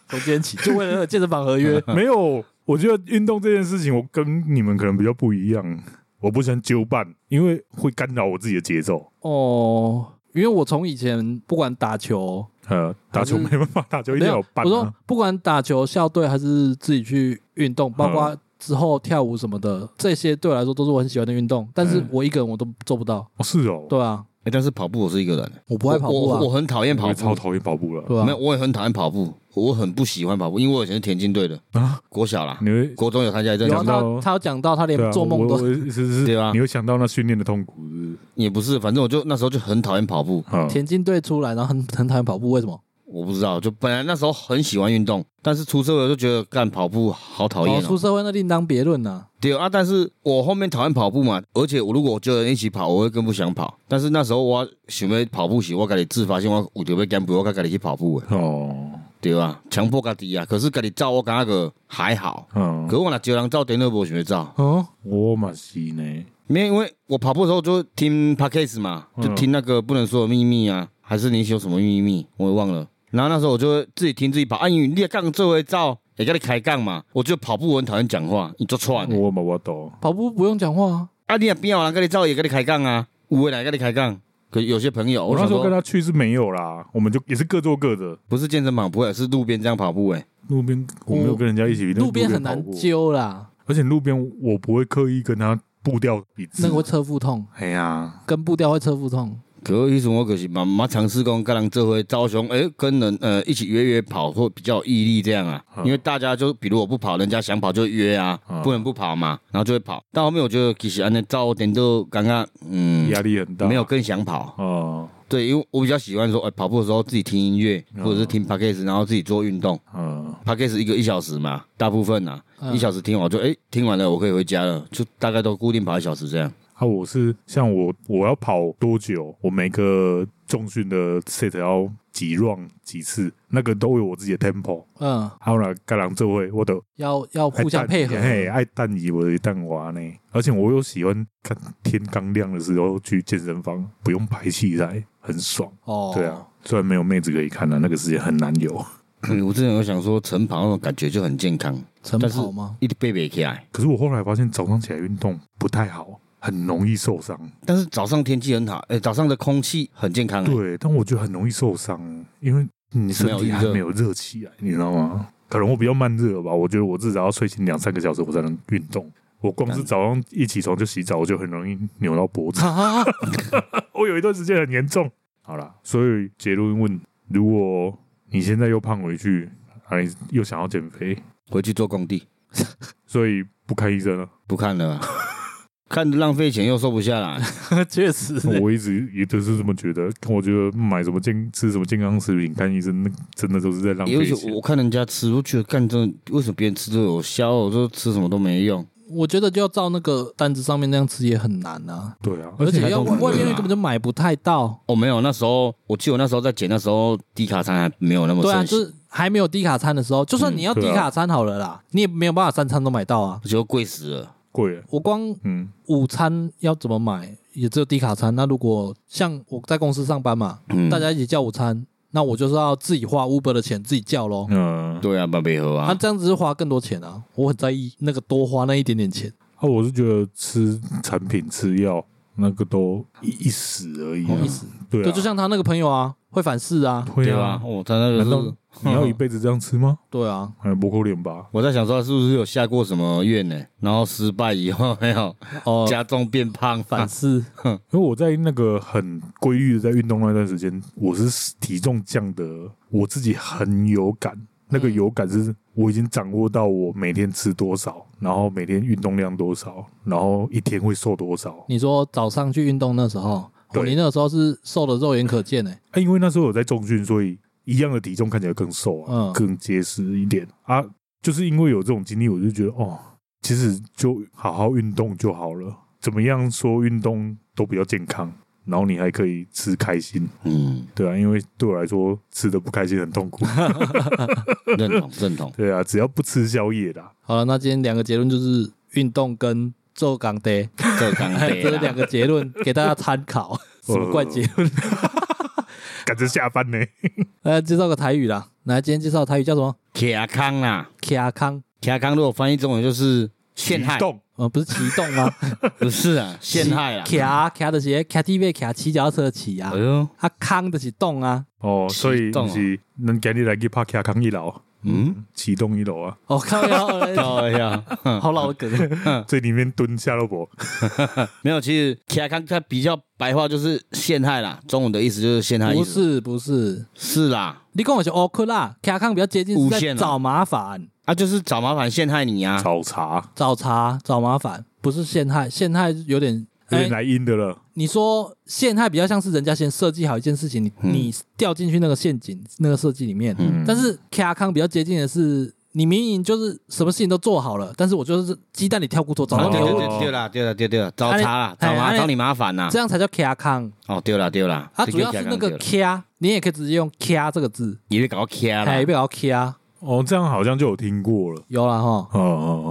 Speaker 1: 从今天起就为了那个健身房合约，
Speaker 2: 没有。我觉得运动这件事情，我跟你们可能比较不一样。我不喜欢纠办，因为会干扰我自己的节奏。
Speaker 1: 哦。因为我从以前不管打球，
Speaker 2: 呃，打球
Speaker 1: 还
Speaker 2: 没
Speaker 1: 是
Speaker 2: 办法，打球一
Speaker 1: 没
Speaker 2: 定要
Speaker 1: 有
Speaker 2: 有，伴、
Speaker 1: 我说
Speaker 2: 啊。
Speaker 1: 不管打球、校队还是自己去运动，包
Speaker 2: 嗯
Speaker 1: 括之后跳舞什么的，这些对我来说都是我很喜欢的运动。但是
Speaker 2: 嗯
Speaker 1: 我一个人我都做不到，
Speaker 2: 哦，是哦，
Speaker 1: 对啊，
Speaker 3: 哎，但是跑步我是一个人，
Speaker 1: 我不爱跑步
Speaker 3: 我
Speaker 1: 啊
Speaker 3: 我，我很讨厌跑
Speaker 2: 我也超
Speaker 3: 步，
Speaker 2: 讨厌跑步了。
Speaker 1: 对
Speaker 3: 没有，
Speaker 1: 啊，
Speaker 3: 我也很讨厌跑步，我很不喜欢跑步，因为我以前是田径队的
Speaker 2: 啊，
Speaker 3: 国小啦，
Speaker 2: 你会
Speaker 3: 国中有参加一阵
Speaker 1: 有
Speaker 3: 子
Speaker 1: 啊，
Speaker 2: 想，到
Speaker 1: 他他有讲到他连
Speaker 2: 对啊，
Speaker 1: 做梦
Speaker 2: 我
Speaker 1: 都
Speaker 2: 我是是
Speaker 3: 对啊
Speaker 2: 你会想到那训练的痛苦是不是？
Speaker 3: 也不是，反正我就那时候就很讨厌跑步，
Speaker 2: 啊，
Speaker 1: 田径队出来，然后很很讨厌跑步，为什么？
Speaker 3: 我不知道，就本来那时候很喜欢运动，但是出社会我就觉得干跑步好讨厌
Speaker 1: 哦，出
Speaker 3: 哦。
Speaker 1: 社会那另当别论呐。
Speaker 3: 对啊，但是我后面讨厌跑步嘛，而且我如果我叫人一起跑，我会更不想跑。但是那时候我想要跑步时，我家己自发性我有条要减肥，我家己去跑步的，
Speaker 2: 哦，
Speaker 3: 对吧？强迫家己啊，可是家己走我感觉还好。
Speaker 2: 嗯，
Speaker 3: 可我若招人走，顶都无想要走，
Speaker 1: 哦，
Speaker 2: 我嘛是呢，
Speaker 3: 因为因为我跑步的时候就听 podcast 嘛，
Speaker 2: 嗯
Speaker 3: 就听那个不能说的秘密啊，还是你有什么秘密，我也忘了。然后那时候我就会自己听自己跑，啊，因为你的杠做会照，也跟你开杠嘛。我就跑步我很讨厌讲话，你就串的。
Speaker 2: 我嘛我懂。
Speaker 1: 跑步不用讲话啊。
Speaker 3: 啊，你也边有人跟你照，也跟你开杠啊，有的来跟你开杠。可有些朋友，
Speaker 2: 我
Speaker 3: 我
Speaker 2: 那
Speaker 3: 想
Speaker 2: 时候跟
Speaker 3: 说
Speaker 2: 他去是没有啦，我们就也是各做各的。
Speaker 3: 不是健身房，不会是路边这样跑步哎、
Speaker 2: 路边我没有跟人家一起，
Speaker 1: 路边很
Speaker 2: 跑
Speaker 1: 难
Speaker 2: 步，
Speaker 1: 揪啦，
Speaker 2: 而且路边我不会刻意跟他步调比
Speaker 1: 那
Speaker 2: 字
Speaker 1: 个。会侧腹 痛，
Speaker 2: 哎呀，
Speaker 1: 跟步调会侧腹痛。
Speaker 3: 可是以前我可是嘛嘛尝试讲跟人这回招雄，哎、跟人呃一起约约跑会比较有毅力这样啊，
Speaker 2: 嗯
Speaker 3: 因为大家就比如我不跑，人家想跑就约啊，
Speaker 2: 嗯
Speaker 3: 不能不跑嘛，然后就会跑。到后面我觉得其实安那招点都刚刚嗯
Speaker 2: 压力很大。
Speaker 3: 没有更想跑，
Speaker 2: 哦，
Speaker 3: 对，因为我比较喜欢说，哎、跑步的时候自己听音乐
Speaker 2: 嗯
Speaker 3: 或者是听 podcast，然后自己做运动。
Speaker 2: 嗯，
Speaker 3: podcast 一个一小时嘛，大部分啊，
Speaker 1: 嗯
Speaker 3: 一小时听完就哎、听完了我可以回家了，就大概都固定跑一小时这样。
Speaker 2: 啊，我是像我我要跑多久，我每个重训的 set 要几 round 几次，那个都有我自己的 tempo。
Speaker 1: 嗯，
Speaker 2: 还有啦，跟人这会我都
Speaker 1: 要要互相配合。
Speaker 2: 嘿，爱蛋姨我的蛋娃呢。而且我又喜欢看天刚亮的时候去健身房，不用排器材，很爽。
Speaker 1: 哦，
Speaker 2: 对啊，，虽然没有妹子可以看啊，那个时间很难有。
Speaker 3: 我之前有想说晨跑那种感觉就很健康，
Speaker 1: 晨
Speaker 3: 但是
Speaker 1: 跑吗？
Speaker 3: 一直背背起来。
Speaker 2: 可是我后来发现早上起来运动不太好，很容易受伤。
Speaker 3: 但是早上天气很好，哎、早上的空气很健
Speaker 1: 嗯
Speaker 3: 康、哎，
Speaker 2: 对，但我觉得很容易受伤，因为你身体还没有热起来，你知道吗？可能我比较慢热吧，我觉得我至少要睡醒两三个小时我才能运动。我光是早上一起床就洗澡，我就很容易扭到脖子。
Speaker 1: 啊，
Speaker 2: 我哦有一段时间很严重。好啦，所以结论问：如果你现在又胖回去，啊，你又想要减肥，
Speaker 3: 回去做工地
Speaker 2: 所以不看医生了，
Speaker 3: 不看了啊。 看着浪费钱又瘦不下来，
Speaker 1: 确实、
Speaker 2: 我一直也都是这么觉得。我觉得买什么健吃什么健康食品，看医生那真的都是在浪
Speaker 3: 尤
Speaker 2: 费
Speaker 3: 其
Speaker 2: 钱
Speaker 3: 我。看人家吃，我觉得干这为什么别人吃都有消，我说吃什么都没用。
Speaker 1: 我觉得就要照那个单子上面那样吃也很难啊，
Speaker 2: 对啊，
Speaker 1: 而且
Speaker 3: 还
Speaker 1: 要
Speaker 3: 都很
Speaker 1: 外面
Speaker 3: 贵啊
Speaker 1: 根本就买不太到。
Speaker 3: 哦，没有，那时候我记得我那时候在减，那时候低卡餐还没有那么
Speaker 1: 对啊，
Speaker 3: 盛
Speaker 1: 就
Speaker 3: 行，
Speaker 1: 是还没有低卡餐的时候，就算你要
Speaker 2: 嗯对
Speaker 1: 低
Speaker 2: 啊
Speaker 1: 卡餐好了啦，你也没有办法三餐都买到啊。
Speaker 3: 我觉得贵死了。
Speaker 2: 贵啊，
Speaker 1: 我光
Speaker 2: 嗯，
Speaker 1: 午餐要怎么买，也只有低卡餐。那如果像我在公司上班嘛，
Speaker 3: 嗯，
Speaker 1: 大家一起叫午餐，那我就是要自己花 Uber 的钱自己叫喽。
Speaker 2: 嗯，
Speaker 3: 对啊，八百盒
Speaker 1: 那、
Speaker 3: 啊，
Speaker 1: 这样子就花更多钱啊！我很在意那个多花那一点点钱。
Speaker 2: 啊，我是觉得吃产品、吃药那个都一一时而已、
Speaker 1: 哦
Speaker 2: 啊，
Speaker 1: 一时
Speaker 2: 对啊，
Speaker 1: 对，就像他那个朋友啊，会反噬啊，
Speaker 2: 会
Speaker 3: 对
Speaker 2: 啊
Speaker 3: 吧？，哦，他那个
Speaker 2: 难道
Speaker 3: 是，
Speaker 2: 你要一辈子这样吃吗？
Speaker 1: 对啊，
Speaker 2: 哎，不够脸吧？
Speaker 3: 我在想说是不是有下过什么院呢？然后失败以后没有
Speaker 1: 哦、
Speaker 3: 加重变胖，
Speaker 1: 反噬，
Speaker 2: 因为我在那个很规律的在运动那段时间，我是体重降的，我自己很有感。那个有感是我已经掌握到我每天吃多少，然后每天运动量多少，然后一天会瘦多少。
Speaker 1: 你说早上去运动那时候，哦、
Speaker 2: 对
Speaker 1: 你那个时候是瘦的肉眼可见诶、欸
Speaker 2: 啊，因为那时候我在重训，所以一样的体重看起来更瘦啊，
Speaker 1: 嗯
Speaker 2: 更结实一点啊。就是因为有这种经历，我就觉得哦，其实就好好运动就好了。怎么样说运动都比较健康，然后你还可以吃开心，
Speaker 3: 嗯，
Speaker 2: 对啊，因为对我来说吃的不开心很痛苦。
Speaker 3: 认同认同。
Speaker 2: 对啊，只要不吃宵夜啦，
Speaker 1: 好了，那今天两个结论就是运动跟做港爹，
Speaker 3: 这刚
Speaker 1: 这是两个结论给大家参 考。什么怪结论？
Speaker 2: 赶着下班呢。
Speaker 1: 来介绍个台语啦，来今天介绍的台语叫什么？
Speaker 3: 卡康啊，
Speaker 1: 卡康，
Speaker 3: 卡康如果翻译中文就是陷
Speaker 2: 移
Speaker 3: 害，
Speaker 2: 动
Speaker 1: 呃，不是骑动 吗？
Speaker 3: 不是啊，陷害啊。
Speaker 1: 卡卡的鞋，KTV 卡骑脚踏车骑啊
Speaker 3: 哎，呦，
Speaker 1: 啊康的是动啊，
Speaker 2: 哦，所以
Speaker 3: 启动
Speaker 2: 不
Speaker 3: 哦
Speaker 2: 是能赶紧来去拍卡康一楼，
Speaker 3: 嗯，
Speaker 2: 启动一楼啊，
Speaker 1: 哦靠 腰，
Speaker 3: 哎呀，
Speaker 1: 好老的梗，
Speaker 3: 嗯
Speaker 2: 最里面蹲夏洛伯。
Speaker 3: 没有，其实卡康它比较白话就是陷害啦，中文的意思就是陷害意
Speaker 1: 不
Speaker 3: 思。
Speaker 1: 是不是，
Speaker 3: 是啦，
Speaker 1: 你跟我说哦克啦，卡康比较接近是
Speaker 3: 无
Speaker 1: 在
Speaker 3: 限啊
Speaker 1: 找麻烦，
Speaker 3: 啊，就是找麻烦陷害你啊。
Speaker 2: 找茬，
Speaker 1: 找茬找麻烦，不是陷害，陷害有点。
Speaker 2: 有
Speaker 1: 哎
Speaker 2: 点来阴的了。
Speaker 1: 你说陷害比较像是人家先设计好一件事情，你、
Speaker 3: 嗯
Speaker 1: 你掉进去那个陷阱那个设计里面，
Speaker 3: 嗯
Speaker 1: 但是卡康比较接近的是，你明明就是什么事情都做好了，但是我就是鸡蛋里挑骨头找到
Speaker 3: 哦对
Speaker 1: 牛
Speaker 3: 对
Speaker 1: 肉，
Speaker 3: 对，对啦，对啦，对对啦，找茬啦，
Speaker 1: 哎
Speaker 3: 找
Speaker 1: 哎
Speaker 3: 麻找你麻烦啦
Speaker 1: 这。样才叫卡康。
Speaker 3: 哦，对啦，对啦，
Speaker 1: 它
Speaker 3: 这
Speaker 1: 主要是那个
Speaker 3: 对啦
Speaker 1: 卡，你也可以直接用卡这个字，
Speaker 3: 也会搞卡
Speaker 1: 哎，
Speaker 3: 啦
Speaker 1: 不。要卡，
Speaker 2: 哦，这样好像就有听过了。
Speaker 1: 有了哈，
Speaker 2: 哦哦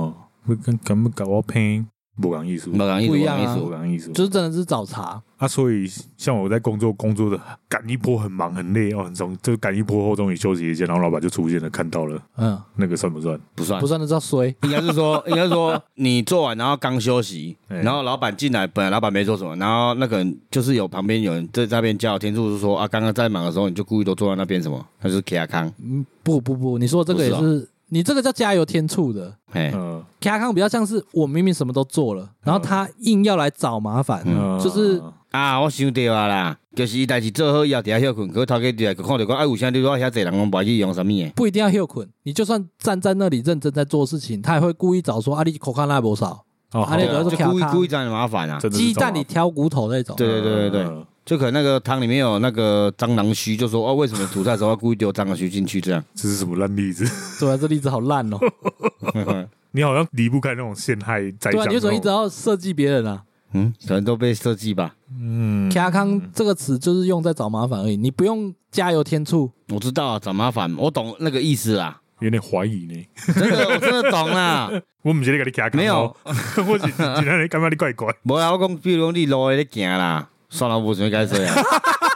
Speaker 2: 哦，敢敢不搞我偏不讲艺术
Speaker 3: 不，讲意思，
Speaker 1: 不一样啊
Speaker 3: 不讲意
Speaker 2: 不
Speaker 3: 思
Speaker 2: 讲艺术。
Speaker 1: 就是真的是找茬。
Speaker 2: 啊，所以像我在工作工作的赶一波很忙很累哦，很终就赶一波后终于休息一下，然后老板就出现了，看到了
Speaker 1: 嗯，
Speaker 2: 那个算不算？
Speaker 3: 不算
Speaker 1: 不，算那叫衰，
Speaker 3: 应该是说，应该是说你做完然后刚休息，
Speaker 2: 哎
Speaker 3: 然后老板进来，本来老板没做什么，然后那个人就是有旁边有人在那边叫天柱，就说啊，刚刚在忙的时候你就故意都坐在那边什么，他就是卡康，
Speaker 1: 嗯，不不不，你说这个也
Speaker 3: 不
Speaker 1: 是，你这个叫加油添醋的。
Speaker 3: 哎，
Speaker 2: 嗯
Speaker 1: 卡康比较像是我明明什么都做了，然后他硬要来找麻烦，
Speaker 2: 嗯，
Speaker 1: 就是
Speaker 3: 啊，我想到啊啦，就是伊代志做好以后伫遐休困，可头家伫来看着讲，哎，有啥你我遐侪人拢无去用啥物诶，
Speaker 1: 不一定要休困，你就算站在那里认真在做事情，他也会故意找说啊，你口看那多少，
Speaker 2: 哦，
Speaker 1: 啊那个
Speaker 3: 就
Speaker 1: 叫
Speaker 3: 故意
Speaker 1: 卡康
Speaker 3: 故意找你麻烦啊，
Speaker 2: 真的是
Speaker 1: 鸡蛋
Speaker 2: 这
Speaker 1: 里
Speaker 2: 样
Speaker 1: 挑骨头那种。
Speaker 3: 对对对对对
Speaker 2: 嗯
Speaker 3: 就可能那个汤里面有那个蟑螂须，就说哦，为什么煮菜的时候要故意丢蟑螂须进去这样？
Speaker 2: 这是什么烂例子？
Speaker 1: 对啊，这例子好烂哦。
Speaker 2: 你好像离不开那种陷害
Speaker 1: 对
Speaker 2: 栽赃
Speaker 1: 啊，
Speaker 2: 那种。
Speaker 1: 你为什么一直要设计别人啊？
Speaker 3: 嗯，可能都被设计吧，
Speaker 2: 嗯
Speaker 1: 卡康这个词就是用在找麻烦而已，你不用加油添醋。
Speaker 3: 我知道啊，找麻烦，我懂那个意思啦。
Speaker 2: 有点怀疑呢？
Speaker 3: 真的，我真的懂 啦。
Speaker 2: 我唔是咧给你卡
Speaker 3: 没 有，
Speaker 2: 我是今天你感觉你怪 怪。
Speaker 3: 无啦，我讲，比如讲你路咧行啦，算了，无想该说啊。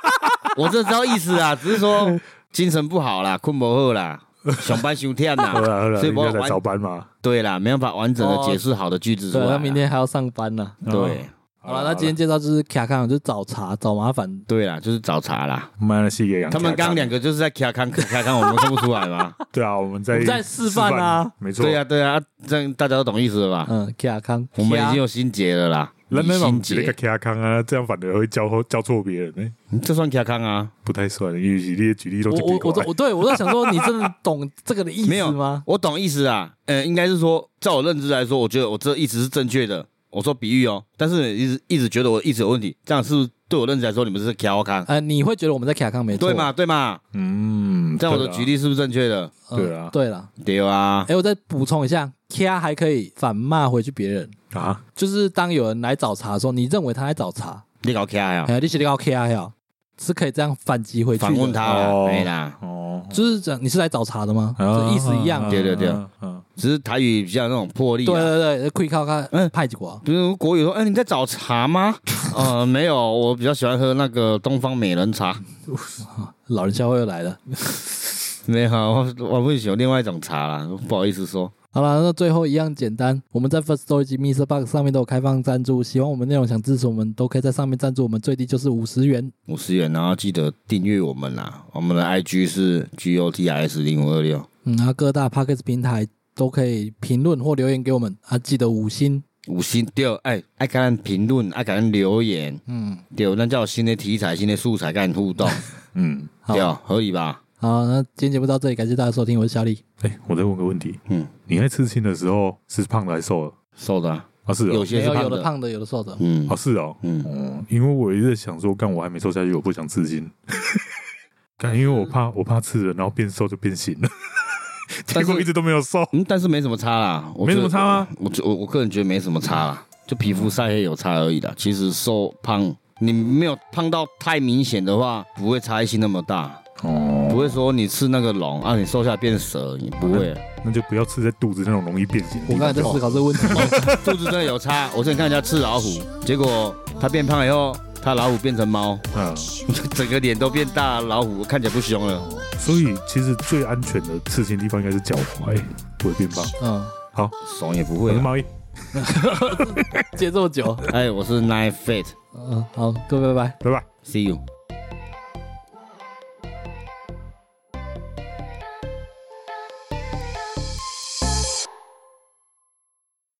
Speaker 3: 我真的知道意思啊，只是说精神不好啦，困不好啦，上班伤忝
Speaker 2: 好了好
Speaker 3: 啦，
Speaker 2: 了，
Speaker 3: 所以
Speaker 2: 人
Speaker 3: 没有
Speaker 2: 家在
Speaker 3: 完
Speaker 2: 早班嘛。
Speaker 3: 对啦，没办法完整的解释好的句子出
Speaker 1: 对啊，
Speaker 3: 来啦。
Speaker 1: 他明天还要上班呢。
Speaker 3: 对
Speaker 1: 好了，那今天介绍就是卡康，就是找茬找麻烦。
Speaker 3: 对啦，就是找茬啦。
Speaker 2: 买了四个羊。
Speaker 3: 他们刚刚两个就是在卡康卡康，我们看不出来 吗？
Speaker 2: 对啊，我们
Speaker 1: 我
Speaker 2: 在
Speaker 1: 们在示范啊
Speaker 2: 示范，没错。
Speaker 3: 对呀，对呀，这样大家都懂意思了吧？
Speaker 1: 嗯，卡康，
Speaker 3: 我们已经有心结了啦，
Speaker 2: 那那
Speaker 3: 心
Speaker 2: 种那个
Speaker 3: 结，
Speaker 2: 卡康啊，这样反而会教教错别人呢，
Speaker 3: 嗯这算卡康啊？
Speaker 2: 不太算。因为你的举例都
Speaker 1: 我
Speaker 2: 是
Speaker 1: 我我在我对我在想说，你真的懂这个的意
Speaker 3: 没
Speaker 1: 思
Speaker 3: 有
Speaker 1: 吗？
Speaker 3: 我懂意思啊，呃，应该是说，照我认知来说，我觉得我这一直是正确的。我说比喻哦，但是你一直一直觉得我一直有问题，这样是不是对我认知来说你们是调侃？
Speaker 1: 呃，你会觉得我们在卡康没错，啊
Speaker 3: 对嘛对嘛，
Speaker 2: 嗯，
Speaker 3: 这样我的
Speaker 2: 对啊
Speaker 3: 举，例是不是正确的？
Speaker 1: 嗯？
Speaker 2: 对啊
Speaker 1: 对了，
Speaker 3: 对啊
Speaker 1: 哎、，我再补充一下，K 啊还可以反骂回去别人，
Speaker 2: 啊，
Speaker 1: 就是当有人来找茬的时候，你认为他在找茬，
Speaker 3: 你搞 K 啊
Speaker 1: 哎、，你写的要 K 呀，是可以这样反击回去的
Speaker 3: 反问，他啦，
Speaker 2: 哦
Speaker 3: 对啦，
Speaker 2: 哦，
Speaker 1: 就是讲你是来找茬的吗？
Speaker 2: 啊
Speaker 1: 这意思一样。
Speaker 3: 对对对，
Speaker 2: 嗯嗯，
Speaker 3: 只是台语比较有那种魄力
Speaker 1: 对
Speaker 3: 啊。
Speaker 1: 对对，可以靠他
Speaker 3: 嗯
Speaker 1: 派几国，
Speaker 3: 比如国语说，哎、你在找茶吗？ 呃，没有，我比较喜欢喝那个东方美人茶。
Speaker 1: 老人消费又来了。
Speaker 3: 没有，我我会喜欢另外一种茶啦，不好意思说。
Speaker 1: 好了，那最后一样简单，我们在 First Story 及 Mr. Box 上面都有开放赞助，喜欢我们内容想支持我们，都可以在上面赞助，我们最低就是五十元。
Speaker 3: 五十元，然后记得订阅我们啦。我们的 IG 是 GOTS 零五二六，
Speaker 1: 嗯，啊，各大 p o c k e t 平台都可以评论或留言给我们啊，记得五星。
Speaker 3: 五星对，哎，爱看咱评论，爱看咱留言，
Speaker 1: 嗯，
Speaker 3: 对，咱才有新的题材、新的素材跟咱 互动，
Speaker 2: 嗯，
Speaker 1: 好
Speaker 3: 对，，啊合理吧？
Speaker 1: 好，那今天节目到这里，感谢大家收听，我是小李。
Speaker 2: 哎，我再问个问题，
Speaker 3: 嗯，
Speaker 2: 你在刺青的时候是胖的还是瘦的？
Speaker 3: 瘦的、啊，
Speaker 2: 啊，是
Speaker 3: 有
Speaker 2: 哦，
Speaker 3: 些
Speaker 1: 没
Speaker 3: 是
Speaker 1: 有，有
Speaker 3: 胖
Speaker 1: 的，胖的，有的瘦的。
Speaker 3: 嗯
Speaker 2: 啊，是哦，
Speaker 3: 嗯，
Speaker 2: 哦，因为我一直在想说，干我还没瘦下去，我不想刺青。 干，因为我怕我怕刺了，然后变瘦就变形了，结
Speaker 3: 但是
Speaker 2: 果一直都没有瘦。
Speaker 3: 嗯，但是没什么差啦，我
Speaker 2: 没什么
Speaker 3: 觉得
Speaker 2: 差吗？
Speaker 3: 我觉我我个人觉得没什么差啦，就皮肤晒黑有差而已啦。其实瘦胖，你没有胖到太明显的话，不会差异性那么大，不
Speaker 2: 哦，
Speaker 3: 会说你吃那个龙啊，你瘦下来变蛇，你不会。
Speaker 2: 那就不要刺在肚子那种容易变形的地
Speaker 1: 我
Speaker 2: 方。
Speaker 1: 刚才在思考这个问题，
Speaker 3: 肚子真的有差。我之前看人家吃老虎，结果他变胖以后，他老虎变成猫，
Speaker 2: 嗯，
Speaker 3: 整个脸都变大，老虎看起来不凶了。
Speaker 2: 所以其实最安全的刺青地方应该是脚踝，不会变胖。
Speaker 1: 嗯，
Speaker 2: 好，
Speaker 3: 怂也不
Speaker 2: 我
Speaker 3: 会
Speaker 2: 是
Speaker 3: 啊。
Speaker 2: 猫一，
Speaker 1: 接这么久，
Speaker 3: 哎，我是 Nine Fit，See
Speaker 1: 嗯，好，各位拜拜。
Speaker 2: 拜拜。
Speaker 3: you。